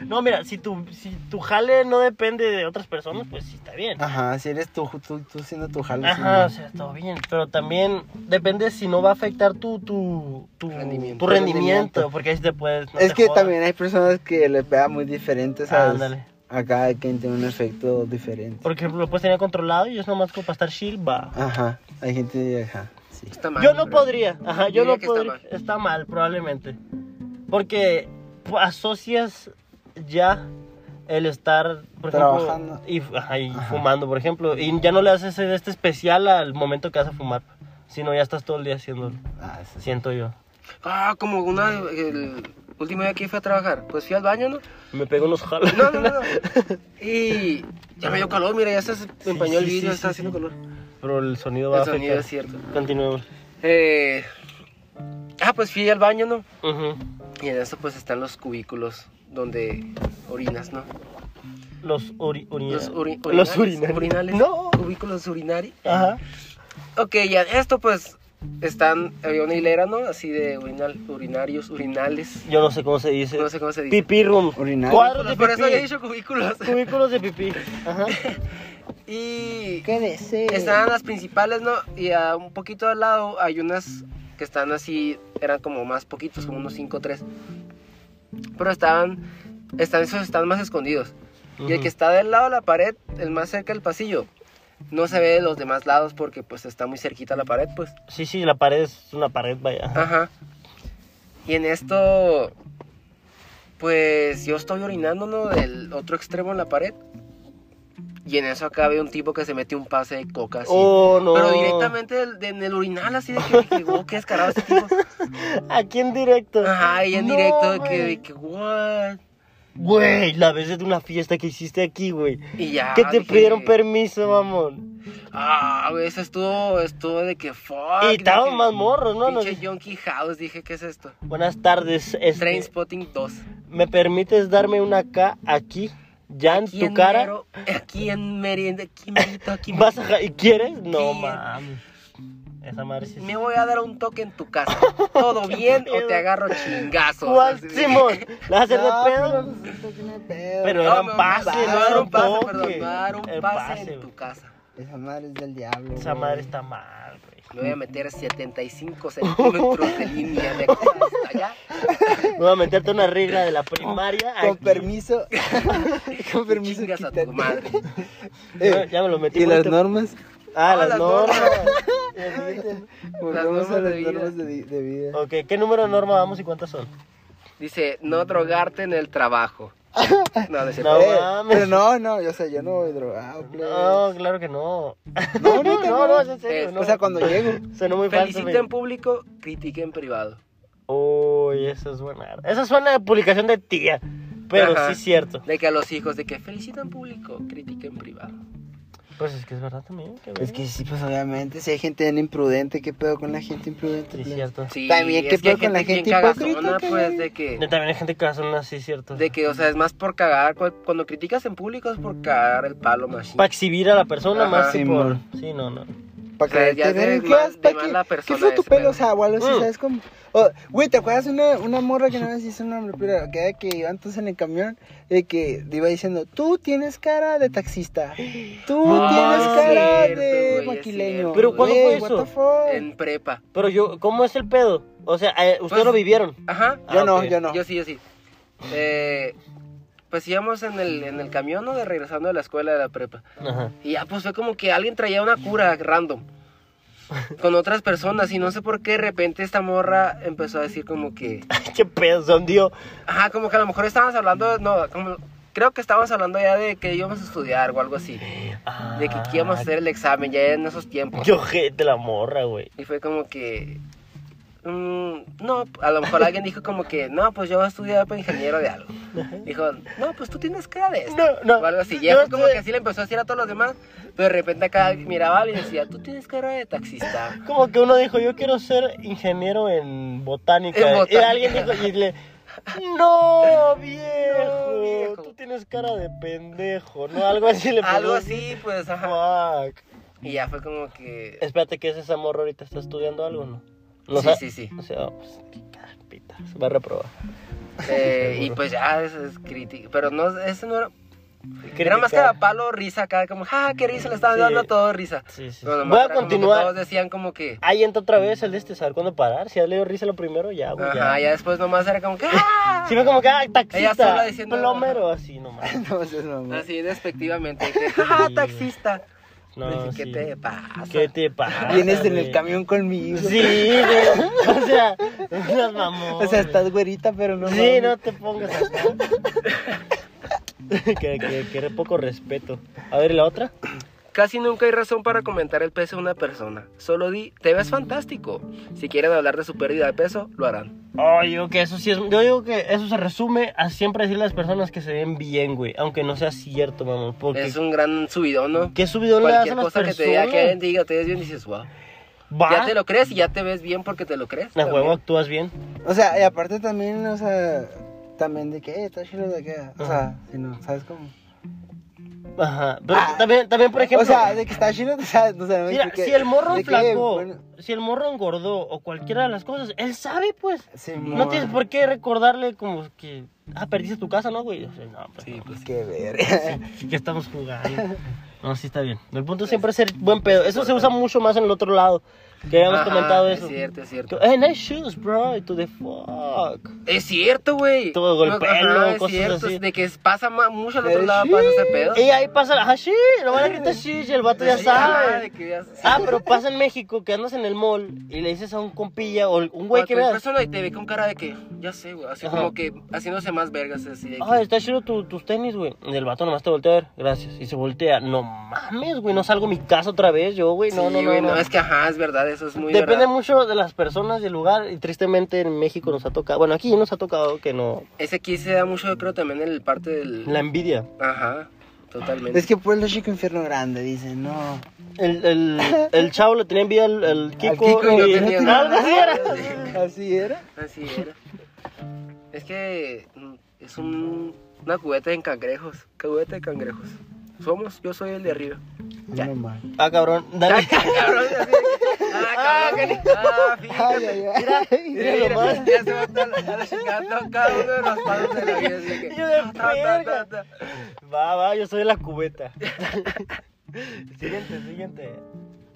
Speaker 2: No, mira, si tu, si tu jale no depende de otras personas, pues sí está bien.
Speaker 3: Ajá, si eres tú, tú, tú siendo tu jale.
Speaker 2: Ajá, o
Speaker 3: sí,
Speaker 2: sea, todo bien. Pero también depende si no va a afectar tu, tu, tu,
Speaker 1: Rendimiento.
Speaker 2: tu rendimiento, porque ahí sí te puedes. no
Speaker 3: es
Speaker 2: te
Speaker 3: que
Speaker 2: jodas.
Speaker 3: también hay personas que les pega muy diferente, ¿sabes?
Speaker 2: Ándale.
Speaker 3: Acá hay quien tiene un efecto diferente.
Speaker 2: Por ejemplo, lo puedes tener controlado y es nomás como para estar chill, va.
Speaker 3: Ajá, hay gente, ajá, sí.
Speaker 1: Está mal,
Speaker 2: Yo no
Speaker 1: pero-
Speaker 2: podría, ajá,
Speaker 1: Diría
Speaker 2: yo no
Speaker 1: que está
Speaker 2: podría.
Speaker 1: mal.
Speaker 2: Está, mal, probablemente. Porque pu- asocias ya el estar, por
Speaker 3: Trabajando.
Speaker 2: ejemplo, y, ajá, y
Speaker 3: Ajá.
Speaker 2: fumando, por ejemplo, y ya no le haces este especial al momento que vas a fumar, sino ya estás todo el día haciéndolo,
Speaker 3: Ah, sí, sí.
Speaker 2: siento yo.
Speaker 1: Ah, como una. El último día que fui a trabajar, pues fui al baño, ¿no?
Speaker 2: Me pego unos jalos.
Speaker 1: No, no, no. no. Y ya me dio calor, mira, ya se
Speaker 2: Sí,
Speaker 1: empañó el
Speaker 2: sí,
Speaker 1: vidrio,
Speaker 2: sí,
Speaker 1: está
Speaker 2: sí,
Speaker 1: haciendo
Speaker 2: sí.
Speaker 1: calor.
Speaker 2: Pero el sonido va
Speaker 1: El
Speaker 2: a
Speaker 1: sonido
Speaker 2: afectar.
Speaker 1: es cierto.
Speaker 2: Continuemos.
Speaker 1: Eh, ah, pues fui al baño, ¿no?
Speaker 2: Ujú.
Speaker 1: Y en eso pues están los cubículos donde orinas, ¿no?
Speaker 2: Los ori
Speaker 1: Los,
Speaker 2: orinales.
Speaker 1: uri- urinales,
Speaker 2: Los urinales.
Speaker 1: urinales,
Speaker 2: No.
Speaker 1: Cubículos urinarios.
Speaker 2: Ajá.
Speaker 1: Ok, ya esto pues están, había una hilera, ¿no? Así de urinal, urinarios, urinales.
Speaker 2: Yo no sé cómo se dice.
Speaker 1: No sé cómo se dice.
Speaker 2: Pipí room.
Speaker 3: Urinal.
Speaker 2: Cuadros de
Speaker 1: Por eso había
Speaker 2: pipí.
Speaker 1: dicho cubículos.
Speaker 2: Cubículos de pipí. Ajá.
Speaker 1: Y
Speaker 3: ¿Qué deseo?
Speaker 1: estaban las principales, ¿no? Y a un poquito al lado hay unas que están así, eran como más poquitos, como unos 5 o 3. Pero estaban, están, esos están más escondidos. Y el
Speaker 2: Ujú.
Speaker 1: que está del lado de la pared, el más cerca del pasillo, no se ve de los demás lados porque pues está muy cerquita la pared, pues.
Speaker 2: Sí, sí, la pared es una pared, vaya.
Speaker 1: Ajá. Y en esto, pues yo estoy orinando, ¿no? Del otro extremo en la pared. Y en eso acá veo un tipo que se mete un pase de coca así.
Speaker 2: Oh, no.
Speaker 1: Pero directamente del- de- en el urinal, así de que, de que wow, qué descarado este tipo.
Speaker 2: Aquí en directo.
Speaker 1: Ajá, y en
Speaker 2: No,
Speaker 1: directo, de que,
Speaker 2: güey.
Speaker 1: de que, what.
Speaker 2: Güey, la vez de una fiesta que hiciste aquí, güey.
Speaker 1: Y ya.
Speaker 2: que te
Speaker 1: Ah, dije,
Speaker 2: pidieron permiso, mamón.
Speaker 1: Ah, güey, eso estuvo, estuvo de que fuck.
Speaker 2: Y estaban
Speaker 1: dije,
Speaker 2: más morros, ¿no? Nos-
Speaker 1: Pinche Yonky House, dije, ¿qué es esto?
Speaker 2: Buenas tardes. este,
Speaker 1: Train Spotting 2.
Speaker 2: ¿Me permites darme una K aquí? Ya en
Speaker 1: Aquí
Speaker 2: tu cara.
Speaker 1: mero- aquí en merienda, aquí merito, aquí
Speaker 2: ¿Vas
Speaker 1: merito.
Speaker 2: a... ja- ¿Quieres? No,
Speaker 1: Sí.
Speaker 2: mames. Esa madre sí.
Speaker 1: Me voy a dar un toque en tu casa. ¿Todo bien o te agarro chingazo?
Speaker 2: ¿Cuál, Simón? ¿La vas a hacer
Speaker 3: No,
Speaker 2: de pedo?
Speaker 3: pero pues, esto tiene pedo.
Speaker 2: Pero
Speaker 1: No, me
Speaker 2: era un
Speaker 1: voy
Speaker 2: pase,
Speaker 1: a
Speaker 2: no
Speaker 1: dar
Speaker 2: era
Speaker 1: un pase,
Speaker 2: toque.
Speaker 1: perdón, me voy a dar un
Speaker 2: El
Speaker 1: pase, en
Speaker 2: güey.
Speaker 1: tu casa.
Speaker 3: Esa madre es del diablo.
Speaker 2: Esa
Speaker 3: güey.
Speaker 2: madre está mal, güey.
Speaker 1: Me voy a meter 75 centímetros de línea de aquí hasta allá.
Speaker 2: Voy a meterte una regla de la primaria.
Speaker 3: Con
Speaker 2: aquí.
Speaker 3: permiso. Con permiso.
Speaker 1: Chingas a tu
Speaker 3: quítate.
Speaker 1: madre.
Speaker 2: Ya,
Speaker 3: Eh,
Speaker 2: ya me lo metí.
Speaker 3: ¿Y
Speaker 2: por
Speaker 3: las
Speaker 2: este-
Speaker 3: normas?
Speaker 2: Ah, las,
Speaker 1: las
Speaker 2: normas.
Speaker 3: Volvemos
Speaker 1: normas
Speaker 3: a las
Speaker 1: de vida.
Speaker 3: normas de, di- de vida.
Speaker 2: ok, ¿qué número de norma vamos y cuántas son?
Speaker 1: Dice, no drogarte en el trabajo. No, no es cierto.
Speaker 2: No
Speaker 3: Eh,
Speaker 2: mames.
Speaker 3: pero no, no, yo, o sea, yo no voy drogado. plebe.
Speaker 2: No, claro que no.
Speaker 3: No,
Speaker 2: no,
Speaker 3: neta,
Speaker 2: no,
Speaker 3: no. Este,
Speaker 2: es en serio.
Speaker 1: Es-
Speaker 2: no.
Speaker 3: O sea, cuando llego.
Speaker 2: Sonó muy falso.
Speaker 1: Felicita
Speaker 2: güey.
Speaker 1: en público, critica en privado.
Speaker 2: Uy, eso es buena. Eso suena de publicación de tía. Pero
Speaker 1: Ajá.
Speaker 2: sí es cierto.
Speaker 1: De que a los hijos, de que felicita en público, critica en privado.
Speaker 2: Pues es que es verdad también. qué
Speaker 3: Es
Speaker 2: verga.
Speaker 3: que sí, pues obviamente, si hay gente bien imprudente, ¿qué pedo con la gente imprudente?
Speaker 2: Sí, es
Speaker 3: plebe?
Speaker 2: cierto.
Speaker 1: Sí,
Speaker 3: También, ¿qué
Speaker 1: es que hay
Speaker 3: pedo con la
Speaker 1: gente bien
Speaker 3: gente hipócrita,
Speaker 1: cagazona,
Speaker 3: cabrón?
Speaker 1: pues, de que...
Speaker 2: Yo También hay gente que hace una, sí es cierto.
Speaker 1: De que, o sea, es más por cagar. cu- Cuando criticas en público es por cagar el palo más.
Speaker 2: Para exhibir a la persona
Speaker 1: Ajá.
Speaker 2: más que
Speaker 3: Sí,
Speaker 2: por...
Speaker 3: mon.
Speaker 2: Sí, no, no.
Speaker 3: Para
Speaker 1: O sea,
Speaker 3: que
Speaker 1: ya
Speaker 3: te
Speaker 1: de
Speaker 3: vean, ¿qué
Speaker 1: mal-
Speaker 3: vas? ¿Para
Speaker 1: de
Speaker 3: qué?
Speaker 1: mala
Speaker 3: ¿Qué
Speaker 1: persona
Speaker 3: fue tu
Speaker 1: ese pedo?
Speaker 3: pelo? O sea, o algo así,
Speaker 2: Mm.
Speaker 3: ¿sabes cómo? O, güey, ¿te acuerdas una, una morra que no me hizo un nombre, pero que, que iba entonces en el camión de que iba diciendo, tú tienes cara de taxista, tú
Speaker 1: Ah,
Speaker 3: tienes
Speaker 1: es
Speaker 3: cara
Speaker 1: cierto,
Speaker 3: de
Speaker 1: güey, es
Speaker 3: maquileño.
Speaker 1: cierto,
Speaker 2: Pero ¿cuándo
Speaker 3: Güey,
Speaker 2: fue
Speaker 3: what
Speaker 2: eso?
Speaker 3: the fuck?
Speaker 1: En prepa.
Speaker 2: Pero yo, ¿cómo es el pedo? O sea, eh, ustedes
Speaker 1: Pues-
Speaker 2: lo vivieron.
Speaker 1: Ajá.
Speaker 2: Ah,
Speaker 3: Yo no,
Speaker 2: ok.
Speaker 3: yo no.
Speaker 1: Yo sí, yo sí. Eh, pues íbamos en el, en el camión, ¿no? De regresando de la escuela de la prepa.
Speaker 2: Ajá.
Speaker 1: Y ya, pues fue como que alguien traía una cura random. con otras personas y no sé por qué de repente esta morra empezó a decir como que...
Speaker 2: Qué pedo, se hundió.
Speaker 1: Ajá, como que a lo mejor estábamos hablando, no, como... Creo que estábamos hablando ya de que íbamos a estudiar o algo así.
Speaker 2: Ah,
Speaker 1: De que aquí íbamos a hacer el examen ya en esos tiempos.
Speaker 2: Qué ojete la morra, güey.
Speaker 1: Y fue como que... mm, no, a lo mejor alguien dijo como que, no, pues yo voy a estudiar para ingeniero de algo. Dijo, no, pues tú tienes cara de esto.
Speaker 2: No, no.
Speaker 1: O algo así. Y
Speaker 2: No,
Speaker 1: fue como
Speaker 2: sí.
Speaker 1: que así le empezó a decir a todos los demás. Pero de repente acá miraba y decía, tú tienes cara de taxista.
Speaker 2: Como que uno dijo, yo quiero ser ingeniero en botánica.
Speaker 1: En
Speaker 2: Y
Speaker 1: botánica.
Speaker 2: alguien dijo, y le... No viejo,
Speaker 1: No, viejo.
Speaker 2: tú tienes cara de pendejo, ¿no? Algo así le
Speaker 1: Algo
Speaker 2: puso.
Speaker 1: así, pues, ajá.
Speaker 2: Fuck.
Speaker 1: Y ya fue como que. eh,
Speaker 2: Espérate, ¿qué es esa morra ahorita? ¿Está estudiando algo o no?
Speaker 1: Sí,
Speaker 2: sa-
Speaker 1: sí, sí.
Speaker 2: O sea, pues, qué carpita. Se va a reprobar.
Speaker 1: eh, y
Speaker 2: seguro.
Speaker 1: pues ya, eso es crítico. Pero no, eso no era. Era más que a palo risa acá, como, ja, qué risa, le estaban
Speaker 2: Sí.
Speaker 1: dando todo risa.
Speaker 2: Sí, sí.
Speaker 1: Pero nomás
Speaker 2: Voy a
Speaker 1: era como que Todos
Speaker 2: continuar.
Speaker 1: decían como que.
Speaker 2: Ahí entra otra vez el de este, saber cuándo parar. Si has leído risa lo primero, ya, güey.
Speaker 1: Ajá, ya después nomás era como que. "Ah".
Speaker 2: Si fue como que, ah,
Speaker 1: sola
Speaker 2: taxista,
Speaker 1: diciendo-
Speaker 2: plomero, así nomás.
Speaker 3: No, eso es mamón.
Speaker 1: Así despectivamente, que, "Ja,
Speaker 2: Sí.
Speaker 1: Ah, taxista.
Speaker 2: No,
Speaker 1: Dije, ¿Qué
Speaker 2: sí.
Speaker 1: te pasa?
Speaker 2: ¿Qué te pasa?
Speaker 3: Vienes en el
Speaker 2: güey?
Speaker 3: camión conmigo.
Speaker 2: Sí, güey. O sea, no seas mamón.
Speaker 3: O sea, estás güerita, pero no.
Speaker 2: Sí,
Speaker 3: mames.
Speaker 2: no te pongas acá. que, que, que era poco respeto. A ver, ¿y la otra?
Speaker 1: Casi nunca hay razón para comentar el peso de una persona. Solo di, te ves fantástico. Si quieren hablar de su pérdida de peso, lo harán.
Speaker 2: Oh, yo digo que eso sí es. Yo digo que eso se resume a siempre decirle a las personas que se ven bien, güey. Aunque no sea cierto, mamón. Porque.
Speaker 1: Es un gran subidón, ¿no?
Speaker 2: ¿Qué subidón le das a
Speaker 1: Cualquier
Speaker 2: las
Speaker 1: cosa que
Speaker 2: personas?
Speaker 1: te diga que alguien te diga, te ves bien, dices, wow.
Speaker 2: Va.
Speaker 1: Ya te lo crees y ya te ves bien porque te lo crees.
Speaker 2: La
Speaker 1: también.
Speaker 2: juego actúas bien.
Speaker 3: O sea, y aparte también, o sea, también de que, eh, está chido de acá. O sea, si no, ¿sabes cómo?
Speaker 2: Ajá. Pero también, también, por ejemplo.
Speaker 3: o sea, de que está chido, o sea, no sé,
Speaker 2: Mira,
Speaker 3: de que-
Speaker 2: si el morro
Speaker 3: de que,
Speaker 2: flaco,
Speaker 3: bueno,
Speaker 2: si el morro engordó o cualquiera de las cosas, él sabe, pues.
Speaker 3: sí,
Speaker 2: No tienes por qué recordarle como que, ah, perdiste tu casa, ¿no, güey? O sea, no, pues,
Speaker 1: Sí,
Speaker 2: no.
Speaker 1: pues.
Speaker 3: Qué verga.
Speaker 2: Sí que estamos jugando. No, sí está bien. El punto siempre es ser buen pedo. Eso se usa mucho más en el otro lado. Que habíamos
Speaker 1: pues, Ajá,
Speaker 2: comentado eso.
Speaker 1: Es cierto, es cierto.
Speaker 2: Que, Hey, nice shoes, bro. Y tú de fuck.
Speaker 1: Es cierto, güey.
Speaker 2: Todo golpelo,
Speaker 1: Ajá,
Speaker 2: cosas así. Eh,
Speaker 1: De que pasa ma- mucho al otro
Speaker 3: Pero
Speaker 1: lado,
Speaker 3: sí.
Speaker 1: pasa ese pedo.
Speaker 2: Y ahí pasa, la- ah, sí. Lo van a gritar, sí. Y el vato ya
Speaker 1: Sí, ajá,
Speaker 2: sabe.
Speaker 1: de que ya- sí.
Speaker 2: Ah, pero pasa en México que andas en el mall y le dices a un compilla o un güey que
Speaker 1: Cualquier
Speaker 2: veas.
Speaker 1: persona y te ve con cara de que, ya sé, güey. Así
Speaker 2: Ajá.
Speaker 1: como que haciéndose más vergas, así de que.
Speaker 2: Ah, está chido tu- tus tenis, güey. Y el vato nomás te voltea a ver. Gracias. Y se voltea. No mames, güey. No salgo a mi casa otra vez yo, güey. No,
Speaker 1: Sí,
Speaker 2: no, no,
Speaker 1: güey,
Speaker 2: no.
Speaker 1: Es que ajá, es verdad, eso es muy
Speaker 2: Depende
Speaker 1: verdad.
Speaker 2: mucho de las personas y el lugar. Y tristemente en México nos ha tocado. Bueno, aquí nos ha tocado que no.
Speaker 1: Ese aquí se da mucho, yo creo, también en el parte del.
Speaker 2: La envidia.
Speaker 1: Ajá, totalmente.
Speaker 3: Es que pueblo chico, infierno grande, dicen, no.
Speaker 2: El, el, el chavo le tenía envidia al, al Kiko.
Speaker 3: Kiko
Speaker 1: y yo
Speaker 2: y-
Speaker 1: tenía-
Speaker 2: Algo así era.
Speaker 3: ¿Así era?
Speaker 1: Así era. Es que mm, es un, una cubeta en cangrejos. Cubeta de cangrejos. Somos, yo soy el de arriba. Ya.
Speaker 3: No mames.
Speaker 2: Ah, cabrón. Dale.
Speaker 1: Cabrón, así. Ah, cabrón, ah,
Speaker 3: Ay,
Speaker 1: fíjate.
Speaker 3: ay, ay.
Speaker 1: Mira,
Speaker 2: Mira
Speaker 1: mira,
Speaker 2: nomás.
Speaker 1: ya se va a estar a la chingada cada uno de los palos de la vida. así que,
Speaker 2: Yo de
Speaker 1: ta, ta, ta, ta.
Speaker 2: Va, va, yo soy la cubeta. siguiente, siguiente.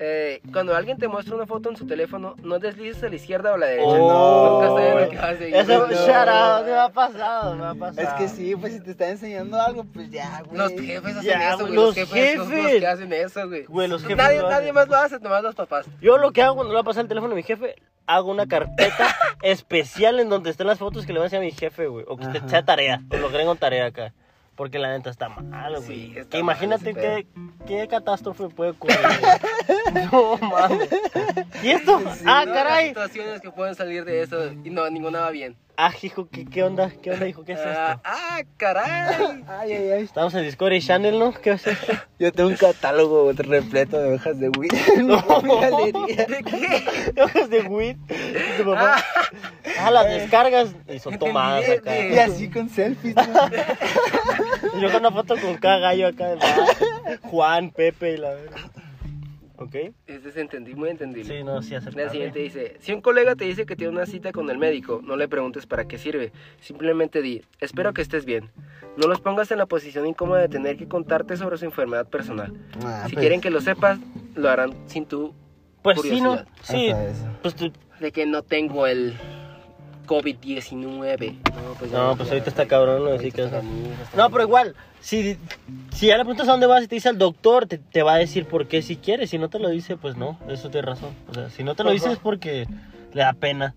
Speaker 1: Eh, cuando alguien te muestra una foto en su teléfono, no deslices a la izquierda o a la derecha.
Speaker 2: Oh,
Speaker 1: Nunca sabes lo que vas a seguir.
Speaker 2: Eso,
Speaker 1: No.
Speaker 2: shout out, me ha pasado, me ha pasado.
Speaker 3: Es que sí, pues si te está enseñando algo, pues ya, güey.
Speaker 1: Los jefes hacen
Speaker 2: Ya,
Speaker 1: eso, güey.
Speaker 2: los
Speaker 1: Los jefes son los
Speaker 2: jefes.
Speaker 1: que hacen eso, güey.
Speaker 2: Güey, los jefes
Speaker 1: nadie,
Speaker 2: lo hacen.
Speaker 1: nadie más lo hace, nomás los papás.
Speaker 2: Yo lo que hago cuando le va a pasar el teléfono a mi jefe, hago una carpeta especial en donde estén las fotos que le van a hacer a mi jefe, güey. O que te
Speaker 3: Ajá.
Speaker 2: sea tarea, o lo creen con tarea acá. Porque la neta está mal,
Speaker 1: Sí,
Speaker 2: güey.
Speaker 1: está mal
Speaker 2: que imagínate
Speaker 1: ese pedo.
Speaker 2: qué, qué catástrofe puede ocurrir. güey. no mames. ¿Y esto? ah,
Speaker 1: No, Las
Speaker 2: caray.
Speaker 1: situaciones que pueden salir de eso y no, ninguna va bien.
Speaker 2: Ah, hijo, ¿qué, qué onda? ¿Qué onda, hijo? ¿Qué es
Speaker 1: ah,
Speaker 2: esto?
Speaker 1: ah, caray.
Speaker 3: Ay, ay, ay.
Speaker 2: Estamos en Discord y Channel, ¿no? ¿Qué es esto?
Speaker 3: Yo tengo un catálogo repleto de hojas de weed en mi galería.
Speaker 1: ¿De qué?
Speaker 2: Hojas pues de weed. Y tu papá. Ah, las descargas y son tomadas
Speaker 1: Entendí,
Speaker 2: acá.
Speaker 1: entendí.
Speaker 3: Y así con selfies, ¿no?
Speaker 2: Y Yo con una foto con cada gallo acá de Juan, Pepe y la verga. ¿Ok?
Speaker 1: Este es entendí, muy entendible.
Speaker 2: Sí, no, sí
Speaker 1: La siguiente
Speaker 2: aceptable.
Speaker 1: dice, si un colega te dice que tiene una cita con el médico, no le preguntes para qué sirve, simplemente di, espero que estés bien. No los pongas en la posición incómoda de tener que contarte sobre su enfermedad personal.
Speaker 3: Ah,
Speaker 1: si
Speaker 3: pues,
Speaker 1: quieren que lo sepas, lo harán sin tú
Speaker 2: Pues sí, ¿no?
Speaker 1: Curiosidad.
Speaker 2: Sí,
Speaker 3: hasta eso.
Speaker 2: pues tú...
Speaker 1: de que no tengo el COVID-19. No, pues, ya
Speaker 2: No, pues
Speaker 1: ya,
Speaker 2: ahorita
Speaker 1: ya,
Speaker 2: está
Speaker 1: ya.
Speaker 2: cabrón, ¿no? Así
Speaker 1: Ahorita
Speaker 2: que, o
Speaker 1: está
Speaker 2: sea,
Speaker 1: muy- está
Speaker 2: No,
Speaker 1: muy-
Speaker 2: pero igual, si, si ya le preguntas a dónde vas y te dice el doctor, te, te va a decir por qué si quieres. Si no te lo dice, pues no, eso tiene razón. O sea, si no te lo dice
Speaker 1: Ajá.
Speaker 2: es porque le da pena.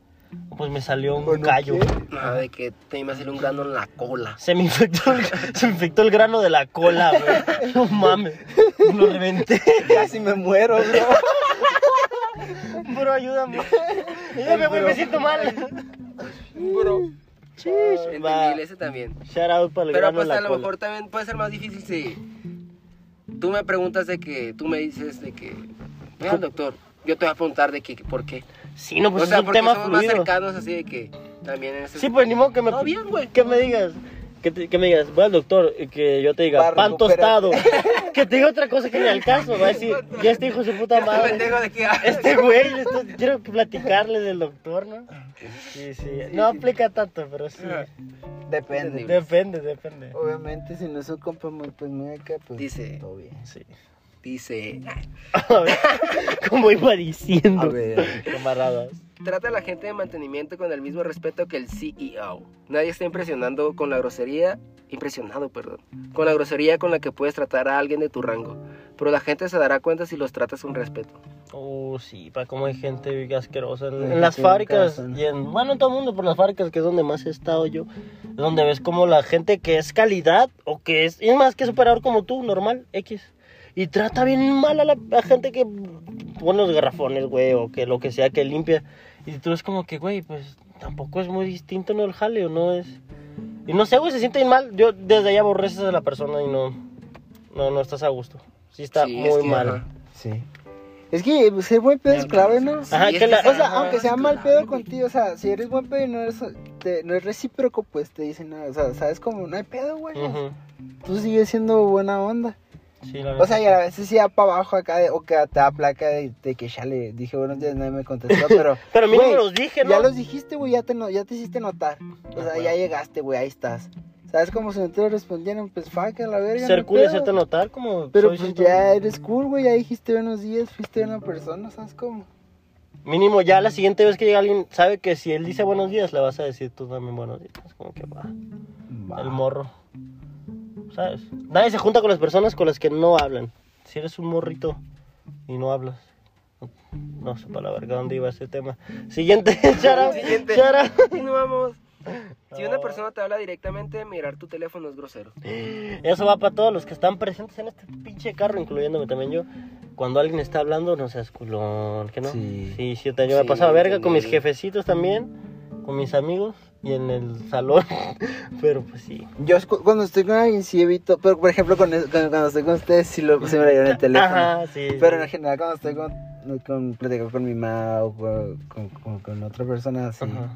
Speaker 2: Pues me salió un
Speaker 3: Bueno,
Speaker 2: callo.
Speaker 3: ¿qué?
Speaker 1: No, de que te iba a hacer un grano en la cola.
Speaker 2: Se me, infectó el, se me infectó el grano de la cola, güey. No mames. Lo reventé.
Speaker 3: Casi me muero, bro.
Speaker 2: Bro, ayúdame. Ayúdame, güey, me siento mal.
Speaker 3: Bro.
Speaker 1: Entendible ese también.
Speaker 2: Shout out para el
Speaker 1: Pero
Speaker 2: grano
Speaker 1: pues
Speaker 2: de la
Speaker 1: a lo
Speaker 2: cola.
Speaker 1: mejor también puede ser más difícil si tú me preguntas de que, tú me dices de que, ve al doctor, yo te voy a preguntar de que, ¿por qué?
Speaker 2: Sí, no, pues
Speaker 1: o sea,
Speaker 2: es un
Speaker 1: porque
Speaker 2: tema
Speaker 1: somos más
Speaker 2: fluido.
Speaker 1: cercanos así de que también en ese...
Speaker 2: Sí, pues ni modo que me,
Speaker 1: Todo bien, güey.
Speaker 2: que me digas. Que, te- que me digas, voy al doctor y que yo te diga,
Speaker 3: Barro,
Speaker 2: pan tostado. que te diga otra cosa que ni al caso. Va a decir, ya este hijo de su puta
Speaker 1: Este
Speaker 2: madre.
Speaker 1: pendejo de que...
Speaker 2: Este güey, le estoy- quiero platicarle del doctor, ¿no? Sí, sí. No aplica tanto, pero sí.
Speaker 3: Depende.
Speaker 2: Depende, depende.
Speaker 3: Obviamente, si no es un compa muy, pues, muy acá, pues.
Speaker 1: Dice.
Speaker 3: Todo bien.
Speaker 2: Sí.
Speaker 1: Dice,
Speaker 2: A ver, como iba diciendo.
Speaker 3: A ver.
Speaker 2: Camaradas.
Speaker 1: trata a la gente de mantenimiento con el mismo respeto que el CEO. Nadie está impresionando con la grosería, impresionado, perdón, con la grosería con la que puedes tratar a alguien de tu rango. Pero la gente se dará cuenta si los tratas con respeto.
Speaker 2: Oh, sí, para cómo hay gente asquerosa en,
Speaker 3: Hay
Speaker 2: en las
Speaker 3: gente
Speaker 2: fábricas
Speaker 3: asquerosa, ¿no?
Speaker 2: y en, bueno, en todo el mundo, por las fábricas, que es donde más he estado yo, donde ves como la gente que es calidad o que es, es más que superador como tú, normal, X, y trata bien mal a la a gente que pone los garrafones, güey, o que lo que sea que limpia, y tú es como que, güey, pues tampoco es muy distinto, ¿no? El jaleo, ¿no? es Y no sé, güey, se siente bien mal, yo desde allá aborreces a la persona y no, no, no estás a gusto, sí está
Speaker 1: Sí, es
Speaker 2: muy
Speaker 1: que,
Speaker 2: mal.
Speaker 1: ajá.
Speaker 3: Sí. Es que pues, ser buen pedo es clave, ¿no?
Speaker 1: Sí,
Speaker 2: Ajá,
Speaker 1: es
Speaker 2: que la-
Speaker 1: se
Speaker 3: O sea,
Speaker 1: arma
Speaker 3: aunque sea
Speaker 1: más
Speaker 3: mal
Speaker 1: claro,
Speaker 3: pedo
Speaker 1: güey.
Speaker 3: contigo, o sea, si eres buen pedo y no eres, te- no es recíproco, pues te dicen nada. O sea, sabes como, no hay pedo, güey.
Speaker 2: Ujú.
Speaker 3: Tú sigues siendo buena onda.
Speaker 2: Sí, la
Speaker 3: O sea, y a veces sí va para abajo acá, de- o que te da placa de, de que ya le dije buenos días, nadie me contestó, pero.
Speaker 2: Pero mínimo
Speaker 3: güey,
Speaker 2: los dije, ¿no?
Speaker 3: Ya los dijiste, güey, ya te, no- ya te hiciste notar. O sea,
Speaker 2: Ah,
Speaker 3: ya
Speaker 2: bueno.
Speaker 3: llegaste, güey, ahí estás. ¿Sabes cómo si no te lo respondieron? Pues fuck, a la verga. no
Speaker 2: Ser
Speaker 3: hay
Speaker 2: cool es
Speaker 3: pedo.
Speaker 2: hacerte notar como
Speaker 3: Pero
Speaker 2: soy,
Speaker 3: pues
Speaker 2: siento-
Speaker 3: ya eres cool, güey, ya dijiste buenos días, fuiste una persona, ¿sabes cómo?
Speaker 2: Mínimo ya la siguiente vez que llega alguien sabe que si él dice buenos días le vas a decir tú también buenos días. Es Como que va, el morro. ¿Sabes? Nadie se junta con las personas con las que no hablan. Si eres un morrito y no hablas. No sé para la verga dónde iba ese tema. Siguiente, Chara.
Speaker 1: Siguiente.
Speaker 2: Chara.
Speaker 1: Continuamos. Si una persona te habla directamente, mirar tu teléfono es grosero.
Speaker 2: Eso va para todos los que están presentes en este pinche carro, incluyéndome también yo. Cuando alguien está hablando, no seas culón, ¿que no?
Speaker 3: Sí.
Speaker 2: Sí, sí, yo me he
Speaker 1: Sí,
Speaker 2: pasado verga con mis
Speaker 1: entendible.
Speaker 2: jefecitos también, con mis amigos y en el salón. Pero pues sí.
Speaker 3: Yo escu- cuando estoy con alguien sí evito, pero por ejemplo con, con- cuando estoy con ustedes sí lo sí me la llevo en el teléfono.
Speaker 2: Ajá, sí.
Speaker 3: Pero en general cuando estoy con, con platico con mi mamá o con, con- con- con otra persona así.
Speaker 2: Ajá.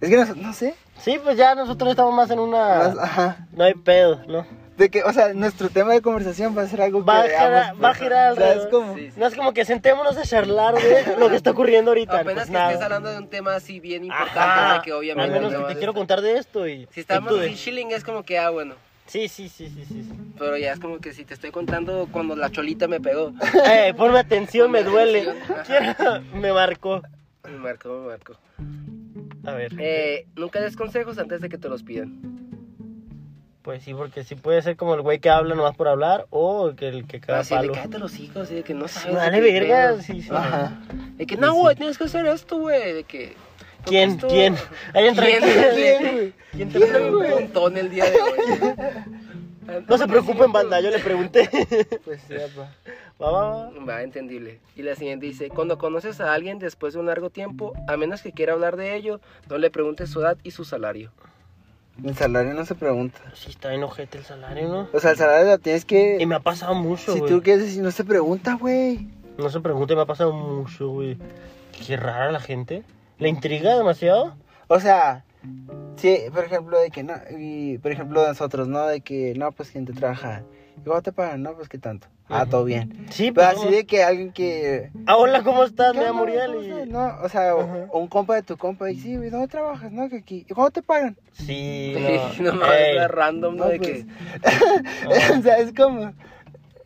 Speaker 3: Es que no, no sé.
Speaker 2: Sí, pues ya nosotros estamos más en
Speaker 3: más- ah.
Speaker 2: una.
Speaker 3: ajá.
Speaker 2: No hay pedo, ¿no?
Speaker 3: De que, o sea, nuestro tema de conversación va a ser algo
Speaker 2: Va a
Speaker 3: que
Speaker 2: girar-
Speaker 3: veamos,
Speaker 2: va a girar alrededor.
Speaker 3: ¿Sabes cómo?
Speaker 1: Sí, sí.
Speaker 2: No es como que sentémonos a charlar de lo que está ocurriendo ahorita.
Speaker 1: Apenas
Speaker 2: pues,
Speaker 1: que
Speaker 2: nada.
Speaker 1: estés hablando de un tema así bien importante,
Speaker 2: Ajá.
Speaker 1: o sea, que obviamente
Speaker 2: Al menos
Speaker 1: no
Speaker 2: que
Speaker 1: vas a
Speaker 2: te quiero
Speaker 1: estar-
Speaker 2: contar de esto y.
Speaker 1: Si
Speaker 2: y
Speaker 1: estamos
Speaker 2: tú de-
Speaker 1: así chilling es como que, ah, bueno.
Speaker 2: Sí, sí, sí, sí, sí. sí.
Speaker 1: Pero ya es como que si te estoy contando cuando la cholita me pegó.
Speaker 2: Eh, ponme atención, me duele.
Speaker 1: Ajá.
Speaker 2: Quiero- me marcó.
Speaker 1: Me marcó, me marcó.
Speaker 2: A ver,
Speaker 1: Eh, nunca des consejos antes de que te los pidan.
Speaker 2: pues sí, porque sí puede ser como el güey que habla nomás por hablar o que el que
Speaker 3: Ah,
Speaker 2: caga
Speaker 1: Así de
Speaker 2: palo.
Speaker 1: cállate los hijos, así de que no
Speaker 2: Sí,
Speaker 1: sabes. de
Speaker 2: Vale,
Speaker 1: qué
Speaker 2: verga,
Speaker 1: pedo.
Speaker 2: sí, sí.
Speaker 3: Ajá.
Speaker 1: De que no, güey, tienes que hacer esto, güey. De que. porque
Speaker 2: ¿Quién?
Speaker 1: esto-
Speaker 2: ¿Quién? Ahí entra
Speaker 1: Pues ¿Quién?
Speaker 2: ¿Quién?
Speaker 1: ¿Quién?
Speaker 2: ¿Quién te
Speaker 1: Yo un
Speaker 2: preguntó?
Speaker 1: montón el día de hoy.
Speaker 2: No se preocupen, banda, yo le pregunté.
Speaker 3: Pues ya, pa.
Speaker 2: Va, va, va.
Speaker 1: Va, entendible. Y la siguiente dice, cuando conoces a alguien después de un largo tiempo, a menos que quiera hablar de ello, no le preguntes su edad y su salario.
Speaker 3: El salario no se pregunta.
Speaker 2: Sí, está bien ojete el salario, ¿no?
Speaker 3: O sea, el salario lo tienes
Speaker 2: Y
Speaker 3: que...
Speaker 2: me ha pasado mucho,
Speaker 3: Si
Speaker 2: güey.
Speaker 3: tú quieres decir, no se pregunta, güey.
Speaker 2: No se pregunte, me ha pasado mucho, güey. Qué rara la gente. ¿Le intriga demasiado?
Speaker 3: O sea, sí, por ejemplo, de que no, y por ejemplo nosotros, ¿no? De que no, pues gente trabaja. ¿Y cómo te pagan? No, pues qué tanto. Ah,
Speaker 2: Ujú.
Speaker 3: todo bien.
Speaker 2: Sí,
Speaker 3: Pero
Speaker 2: pues.
Speaker 3: así de que alguien que.
Speaker 2: Ah, hola, ¿cómo estás?
Speaker 3: ¿Qué
Speaker 2: Me
Speaker 3: onda,
Speaker 2: llamo
Speaker 3: güey?
Speaker 2: Uriel.
Speaker 3: ¿Cómo estás?
Speaker 2: y-
Speaker 3: No, o sea, o-
Speaker 2: Ajá.
Speaker 3: o un compa de tu compa, y sí, güey, ¿dónde trabajas? No, que aquí. ¿Y cómo te pagan?
Speaker 2: Sí,
Speaker 1: No,
Speaker 2: no.
Speaker 1: mames,
Speaker 2: Ey.
Speaker 1: era random, ¿no?
Speaker 3: No,
Speaker 1: de
Speaker 3: pues.
Speaker 1: que,
Speaker 3: o sea, es como.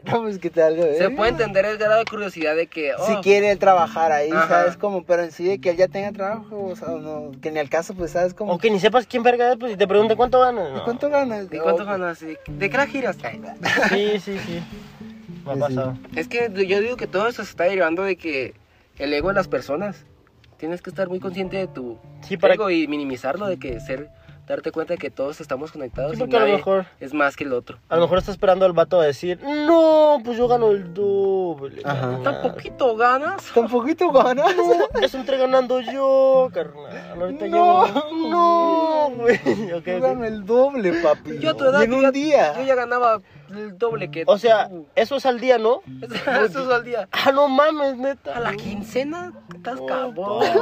Speaker 3: No, pues que te algo, ¿eh?
Speaker 1: Se puede entender el grado de curiosidad de que. Oh,
Speaker 3: Si quiere él trabajar ahí,
Speaker 1: Ajá.
Speaker 3: ¿sabes cómo? Pero en sí de que él ya tenga trabajo, o sea, no, que ni al caso, pues, ¿sabes cómo?
Speaker 2: O que ni sepas quién verga es, pues y te pregunte cuánto ganas.
Speaker 3: ¿Y
Speaker 2: No.
Speaker 3: cuánto ganas?
Speaker 1: ¿Y cuánto
Speaker 3: O-
Speaker 1: ganas? ¿Y ¿De qué la giras? Ay,
Speaker 2: Sí, sí, sí. Me ha
Speaker 3: Sí, sí.
Speaker 2: pasado.
Speaker 1: Es que yo digo que todo eso se está derivando de que el ego de las personas. Tienes que estar muy consciente de tu
Speaker 2: Sí, para-
Speaker 1: ego y minimizarlo, de que ser. Darte cuenta de que todos estamos conectados
Speaker 2: Sí,
Speaker 1: y
Speaker 2: porque a lo
Speaker 1: nadie
Speaker 2: mejor-
Speaker 1: es más que el otro.
Speaker 2: A lo mejor está esperando al vato a decir, no, pues yo gano el doble.
Speaker 3: Ajá.
Speaker 2: carnal.
Speaker 1: Tampoquito ganas.
Speaker 3: ¿Tampoquito ganas?
Speaker 2: No, eso entré ganando yo, carnal. Ahorita
Speaker 3: No,
Speaker 2: llevo- No, güey. Ok,
Speaker 3: Tú
Speaker 2: ok.
Speaker 3: gana el doble, papi.
Speaker 1: Yo a tu edad,
Speaker 3: Y en
Speaker 1: yo
Speaker 3: un
Speaker 1: ya-
Speaker 3: día.
Speaker 1: Yo ya ganaba el doble que
Speaker 2: O sea,
Speaker 1: tú.
Speaker 2: eso es al día, ¿no?
Speaker 1: eso es al día.
Speaker 2: Ah, no mames, neta.
Speaker 1: A la quincena, estás
Speaker 2: Oh,
Speaker 1: cabrón,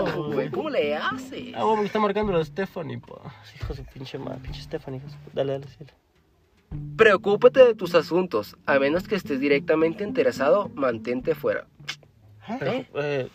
Speaker 2: pa,
Speaker 1: güey.
Speaker 2: güey.
Speaker 1: ¿Cómo le haces?
Speaker 2: Ah, güey, está marcando la Stephanie, pa. Hijo de su pinche madre, pinche Stephanie. hijo de su- Dale, dale, dale.
Speaker 1: Preocúpate de tus asuntos. A menos que estés directamente interesado, mantente fuera.
Speaker 2: Pero, eh,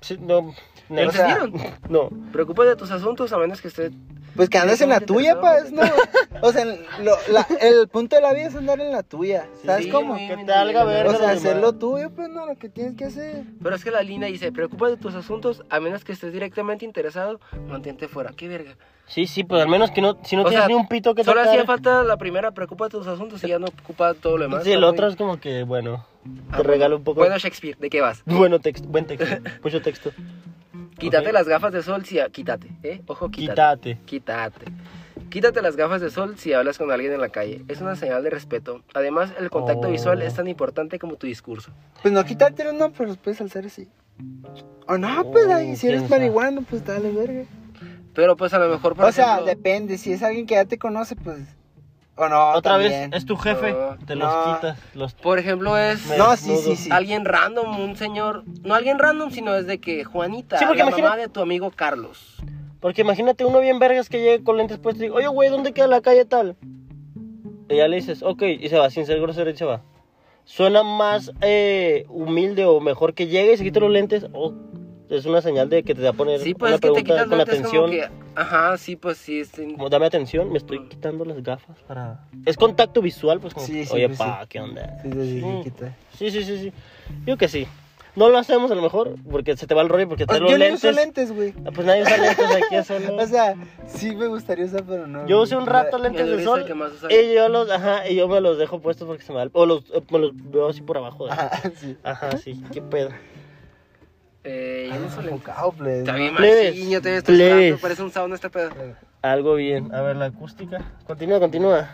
Speaker 2: sí, no. no,
Speaker 3: O sea,
Speaker 1: ¿Entendieron?
Speaker 2: no.
Speaker 1: Preocúpate de tus asuntos a menos que estés.
Speaker 3: Pues que andes en la
Speaker 1: Directamente
Speaker 3: tuya, pues,
Speaker 1: interesado,
Speaker 3: ¿no? O sea, lo- la- el punto de la vida es andar en la tuya. ¿Sabes
Speaker 1: Sí,
Speaker 3: cómo?
Speaker 1: güey.
Speaker 2: Que te valga verga.
Speaker 3: O sea,
Speaker 2: lo
Speaker 3: hacer
Speaker 2: demás.
Speaker 3: lo tuyo, pues, no, lo que tienes que hacer.
Speaker 1: Pero es que la línea dice: Preocúpate de tus asuntos a menos que estés directamente interesado, mantente fuera. ¡Qué verga!
Speaker 2: Sí, sí, pues al menos que no, si no
Speaker 1: O
Speaker 2: tienes
Speaker 1: sea,
Speaker 2: ni un pito que
Speaker 1: Solo
Speaker 2: tocar.
Speaker 1: hacía falta la primera: preocúpate de tus asuntos y ya no ocupa todo lo demás.
Speaker 2: Sí, el
Speaker 1: Está
Speaker 2: otro
Speaker 1: muy-
Speaker 2: es como que, bueno,
Speaker 1: Ah,
Speaker 2: te
Speaker 1: bueno.
Speaker 2: regalo un poco.
Speaker 1: Bueno, Shakespeare, ¿de qué vas?
Speaker 2: Bueno texto, buen texto, mucho texto.
Speaker 1: Quítate
Speaker 2: Ok.
Speaker 1: las gafas de sol si. Quítate, ¿eh? Ojo, quítate.
Speaker 2: Quítate.
Speaker 1: Quítate. Quítate las gafas de sol si hablas con alguien en la calle. Es una señal de respeto. Además, el contacto
Speaker 2: Oh.
Speaker 1: visual es tan importante como tu discurso.
Speaker 3: Pues no quitártelo, no, pero los puedes alzar así. O no, pues,
Speaker 2: Oh,
Speaker 3: ahí, si eres
Speaker 2: quién sabe.
Speaker 3: marihuano, pues, dale, verga.
Speaker 1: Pero pues a lo mejor por
Speaker 3: O sea,
Speaker 1: ejemplo,
Speaker 3: depende. Si es alguien que ya te conoce, pues. O no,
Speaker 2: Otra
Speaker 3: también.
Speaker 2: vez, es tu jefe,
Speaker 1: Ah, No,
Speaker 2: te los
Speaker 3: no.
Speaker 2: quitas. Los...
Speaker 1: por ejemplo es
Speaker 2: Me-
Speaker 3: No, sí,
Speaker 2: desnudo.
Speaker 3: sí, sí.
Speaker 1: alguien random, un señor, no alguien random, sino es de que Juanita,
Speaker 2: Sí, porque
Speaker 1: la
Speaker 2: imagina-
Speaker 1: mamá de tu amigo Carlos.
Speaker 2: Porque imagínate uno bien vergas que llegue con lentes puestos y diga, oye, güey, ¿dónde queda la calle tal? Y ya le dices, ok, y se va, sin ser grosero, y se va. Suena más eh, humilde o mejor que llegue y se quite los lentes. o es una señal de que te va a poner
Speaker 1: Sí, pues
Speaker 2: una
Speaker 1: es que te
Speaker 2: pregunta
Speaker 1: quitas
Speaker 2: con
Speaker 1: lentes como
Speaker 2: atención.
Speaker 1: que, ajá, sí, pues sí, es-
Speaker 2: Como, dame atención, me estoy quitando las gafas para... Es contacto visual, pues como,
Speaker 3: Sí, sí,
Speaker 2: oye,
Speaker 3: pues,
Speaker 2: pa, ¿qué onda?
Speaker 3: Sí, sí, sí,
Speaker 2: Mm.
Speaker 3: quita.
Speaker 2: Sí, sí, sí, sí. Yo que sí. No lo hacemos a lo mejor porque se te va el rollo porque traes
Speaker 3: Ah, Yo
Speaker 2: los
Speaker 3: no uso
Speaker 2: lentes.
Speaker 3: lentes, güey.
Speaker 2: Ah, Pues nadie usa lentes aquí eso no.
Speaker 3: O sea, sí me gustaría usar, pero no.
Speaker 2: yo
Speaker 3: güey.
Speaker 2: usé un rato
Speaker 3: O sea,
Speaker 2: lentes
Speaker 1: el
Speaker 2: de
Speaker 1: Luis
Speaker 2: sol
Speaker 1: el que más usa
Speaker 2: y yo los, ajá, y yo me los dejo puestos porque se me da el- o los eh, me los veo así por abajo. de-
Speaker 3: Ajá, sí.
Speaker 2: Ajá, sí, qué pedo.
Speaker 1: eh, yo no soy lente.
Speaker 3: Enfocado, pues.
Speaker 1: Está bien,
Speaker 2: Plebes,
Speaker 1: Marquinho, te ves
Speaker 2: plebes.
Speaker 1: sudando, parece un sauna este pedo.
Speaker 2: Algo bien. A ver la acústica. Continúa, continúa.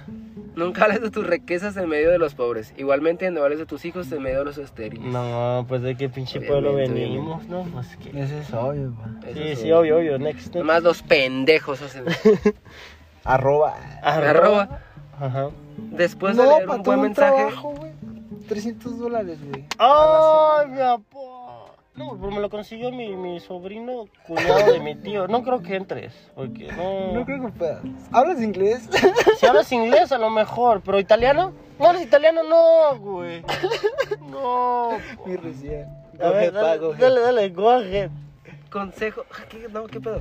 Speaker 1: Nunca hables de tus riquezas en medio de los pobres. Igualmente no hables de tus hijos en medio de los estériles.
Speaker 2: No, pues de qué pinche pueblo
Speaker 1: Obviamente,
Speaker 2: venimos, ¿no? Pues que
Speaker 3: Ese es obvio, pues. pa.
Speaker 1: Eso
Speaker 2: Sí,
Speaker 1: es
Speaker 2: sí,
Speaker 1: obvio.
Speaker 2: obvio, obvio, next. next.
Speaker 1: Nomás los pendejos hacen eso.
Speaker 3: Arroba.
Speaker 1: Arroba.
Speaker 2: Ajá.
Speaker 1: Después de
Speaker 3: no,
Speaker 1: leer
Speaker 3: pa,
Speaker 1: un
Speaker 3: tuve
Speaker 1: buen
Speaker 3: un
Speaker 1: mensaje.
Speaker 3: trabajo, güey. 300 dólares, güey.
Speaker 2: ¡Ay, mi apo! No, pero me lo consiguió mi, mi sobrino, cuñado de mi tío. No creo que entres, porque no...
Speaker 3: No creo que puedas. ¿Hablas inglés?
Speaker 2: Si hablas inglés, a lo mejor, pero italiano... No, eres italiano, no, güey. No. po.
Speaker 3: Mi recién.
Speaker 2: A ver, dale, dale, dale, go ahead.
Speaker 1: Consejo. ¿Qué? No, ¿qué pedo?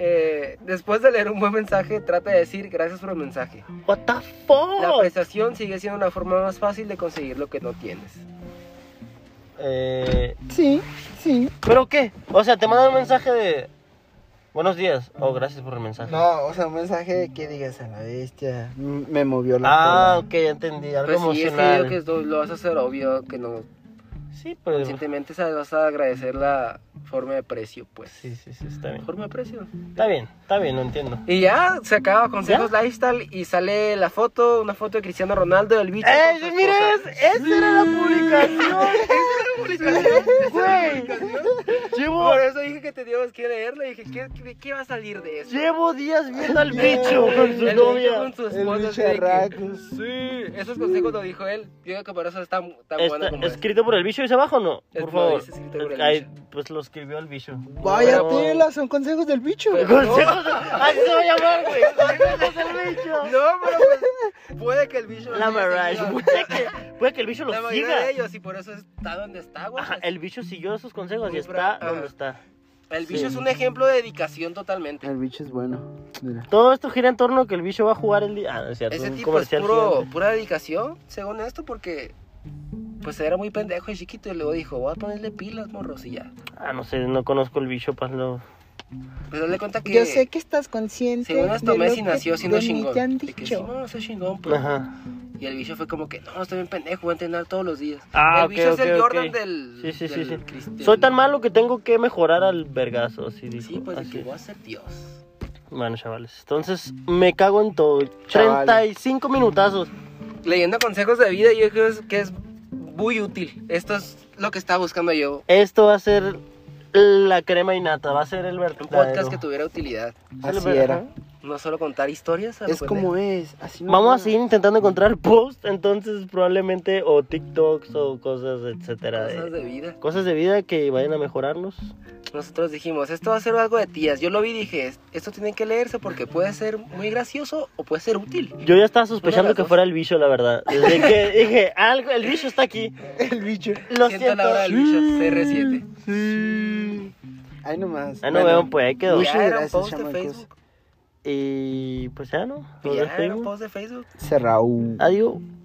Speaker 1: Eh, después de leer un buen mensaje, trata de decir gracias por el mensaje.
Speaker 2: What the
Speaker 1: La
Speaker 2: fuck?
Speaker 1: apreciación sigue siendo una forma más fácil de conseguir lo que no tienes.
Speaker 2: Eh,
Speaker 3: Sí, sí.
Speaker 2: ¿Pero qué? O sea, te mandan un mensaje de... Buenos días. Oh, gracias por el mensaje.
Speaker 3: No, o sea, un mensaje de que digas a la bestia. M- Me movió la
Speaker 2: Ah,
Speaker 3: cola.
Speaker 2: ok, ya entendí. Algo
Speaker 1: Pues sí, es que yo
Speaker 2: emocional.
Speaker 1: digo que esto lo vas a hacer obvio, que no.
Speaker 2: Sí, pues, pero...
Speaker 1: Conscientemente sabes, vas a agradecer la forma de precio, pues.
Speaker 2: Sí, sí, sí, está bien.
Speaker 1: Forma de precio.
Speaker 2: Está bien, está bien, lo entiendo.
Speaker 1: Y ya, se acaba Consejos Lifestyle y sale la foto, una foto de Cristiano Ronaldo, el bicho.
Speaker 2: ¡Eh,
Speaker 1: con su
Speaker 2: mira,
Speaker 1: esposa.
Speaker 2: es- esa era la publicación!
Speaker 1: Esa era la publicación.
Speaker 2: Güey, llevo,
Speaker 1: Por eso dije que teníamos que leerla. Dije, ¿qué, qué, qué va a salir de eso?
Speaker 2: llevo días viendo al bicho con su
Speaker 1: El bicho
Speaker 2: novia.
Speaker 1: con su
Speaker 3: El
Speaker 1: esposa, Pues, así de que,
Speaker 3: bicharraco.
Speaker 1: Sí, esos consejos lo dijo él. Yo digo que por eso es tan, tan bueno
Speaker 2: ¿Está
Speaker 1: como es.
Speaker 2: escrito por el bicho dice abajo o no?
Speaker 1: Es-
Speaker 2: Por
Speaker 1: no,
Speaker 2: favor.
Speaker 1: dice escrito por el
Speaker 2: Ay,
Speaker 1: bicho.
Speaker 2: pues lo escribió el bicho.
Speaker 3: Vaya
Speaker 2: Pero-
Speaker 3: tela, son consejos del bicho.
Speaker 2: Consejos. Así se va a llamar, güey. Consejos del bicho.
Speaker 1: No, pero pues, puede que el bicho. lo
Speaker 2: La
Speaker 1: siga
Speaker 2: Mirage.
Speaker 1: siguiendo.
Speaker 2: Puede que, puede que el bicho
Speaker 1: La
Speaker 2: lo
Speaker 1: mayoría
Speaker 2: siga.
Speaker 1: de ellos, y por eso está donde está, güey.
Speaker 2: Ajá, el bicho siguió esos consejos y
Speaker 1: Muy
Speaker 2: está
Speaker 1: bra- ajá.
Speaker 2: donde está.
Speaker 1: El bicho
Speaker 3: sí.
Speaker 1: es un ejemplo de dedicación totalmente.
Speaker 3: El bicho es bueno. Mira.
Speaker 2: Todo esto gira en torno a que el bicho va a jugar el día. Ah, no es cierto.
Speaker 1: Ese
Speaker 2: un
Speaker 1: tipo es
Speaker 2: comercial
Speaker 1: puro,
Speaker 2: gigante.
Speaker 1: pura dedicación, según esto, porque pues era muy pendejo y chiquito y luego dijo, voy a ponerle pilas, morros, y ya.
Speaker 2: Ah, no sé, no conozco el bicho, pues lo...
Speaker 1: Pero le cuenta que...
Speaker 3: Yo sé que estás consciente.
Speaker 1: Según hasta
Speaker 3: de lo
Speaker 1: Messi
Speaker 3: que
Speaker 1: nació siendo
Speaker 3: de mí
Speaker 1: chingón.
Speaker 3: Te han
Speaker 1: De que,
Speaker 3: dicho.
Speaker 1: "Sí, no, soy chingón, pues.
Speaker 2: Ajá.
Speaker 1: Y el bicho fue como que, no, estoy bien pendejo, voy a entrenar todos los días.
Speaker 2: Ah,
Speaker 1: el
Speaker 2: ok,
Speaker 1: bicho es el
Speaker 2: ok, ok.
Speaker 1: Jordan del...
Speaker 2: Sí, sí, sí,
Speaker 1: del
Speaker 2: sí.
Speaker 1: Cristian-
Speaker 2: Soy tan malo que tengo que mejorar al vergazo, así dijo.
Speaker 1: Sí, pues de
Speaker 2: así
Speaker 1: que
Speaker 2: es.
Speaker 1: voy a ser Dios.
Speaker 2: Bueno, chavales, entonces me cago en todo.
Speaker 1: Chavales.
Speaker 2: 35 minutazos.
Speaker 1: Leyendo consejos de vida yo creo que es muy útil. Esto es lo que estaba buscando yo.
Speaker 2: Esto va a ser la crema innata, va a ser el
Speaker 1: Un
Speaker 2: verdadero.
Speaker 1: podcast que tuviera utilidad.
Speaker 2: Es el
Speaker 3: Así
Speaker 2: ver-
Speaker 3: era.
Speaker 2: Ajá.
Speaker 1: No solo contar historias. a lo
Speaker 3: Es como
Speaker 1: pendejo.
Speaker 3: es. Así no
Speaker 2: Vamos a
Speaker 3: va.
Speaker 2: seguir intentando encontrar posts, entonces probablemente o TikToks o cosas, etcétera. de-
Speaker 1: Cosas de vida.
Speaker 2: cosas de vida que vayan a mejorarnos.
Speaker 1: Nosotros dijimos, esto va a ser algo de tías. Yo lo vi y dije, "Es- esto tiene que leerse porque puede ser muy gracioso o puede ser útil.
Speaker 2: Yo ya estaba
Speaker 1: Una de
Speaker 2: sospechando
Speaker 1: las
Speaker 2: que
Speaker 1: dos.
Speaker 2: fuera el bicho, la verdad. Desde que dije, algo, el bicho está aquí.
Speaker 3: El bicho.
Speaker 2: Lo
Speaker 1: Siento
Speaker 2: siento.
Speaker 1: la hora del bicho, CR7.
Speaker 2: Sí.
Speaker 3: Ahí nomás.
Speaker 2: Ah, no
Speaker 3: Bueno,
Speaker 2: veo, pues ahí quedó.
Speaker 3: Uy.
Speaker 1: Ya era un
Speaker 3: gracias,
Speaker 1: post de
Speaker 3: chamacos.
Speaker 1: Facebook.
Speaker 2: Y pues ya no.
Speaker 1: Ya
Speaker 2: Nos
Speaker 1: pues. era un
Speaker 2: despedimos.
Speaker 1: post de Facebook.
Speaker 3: Cerrado.
Speaker 2: Adiós.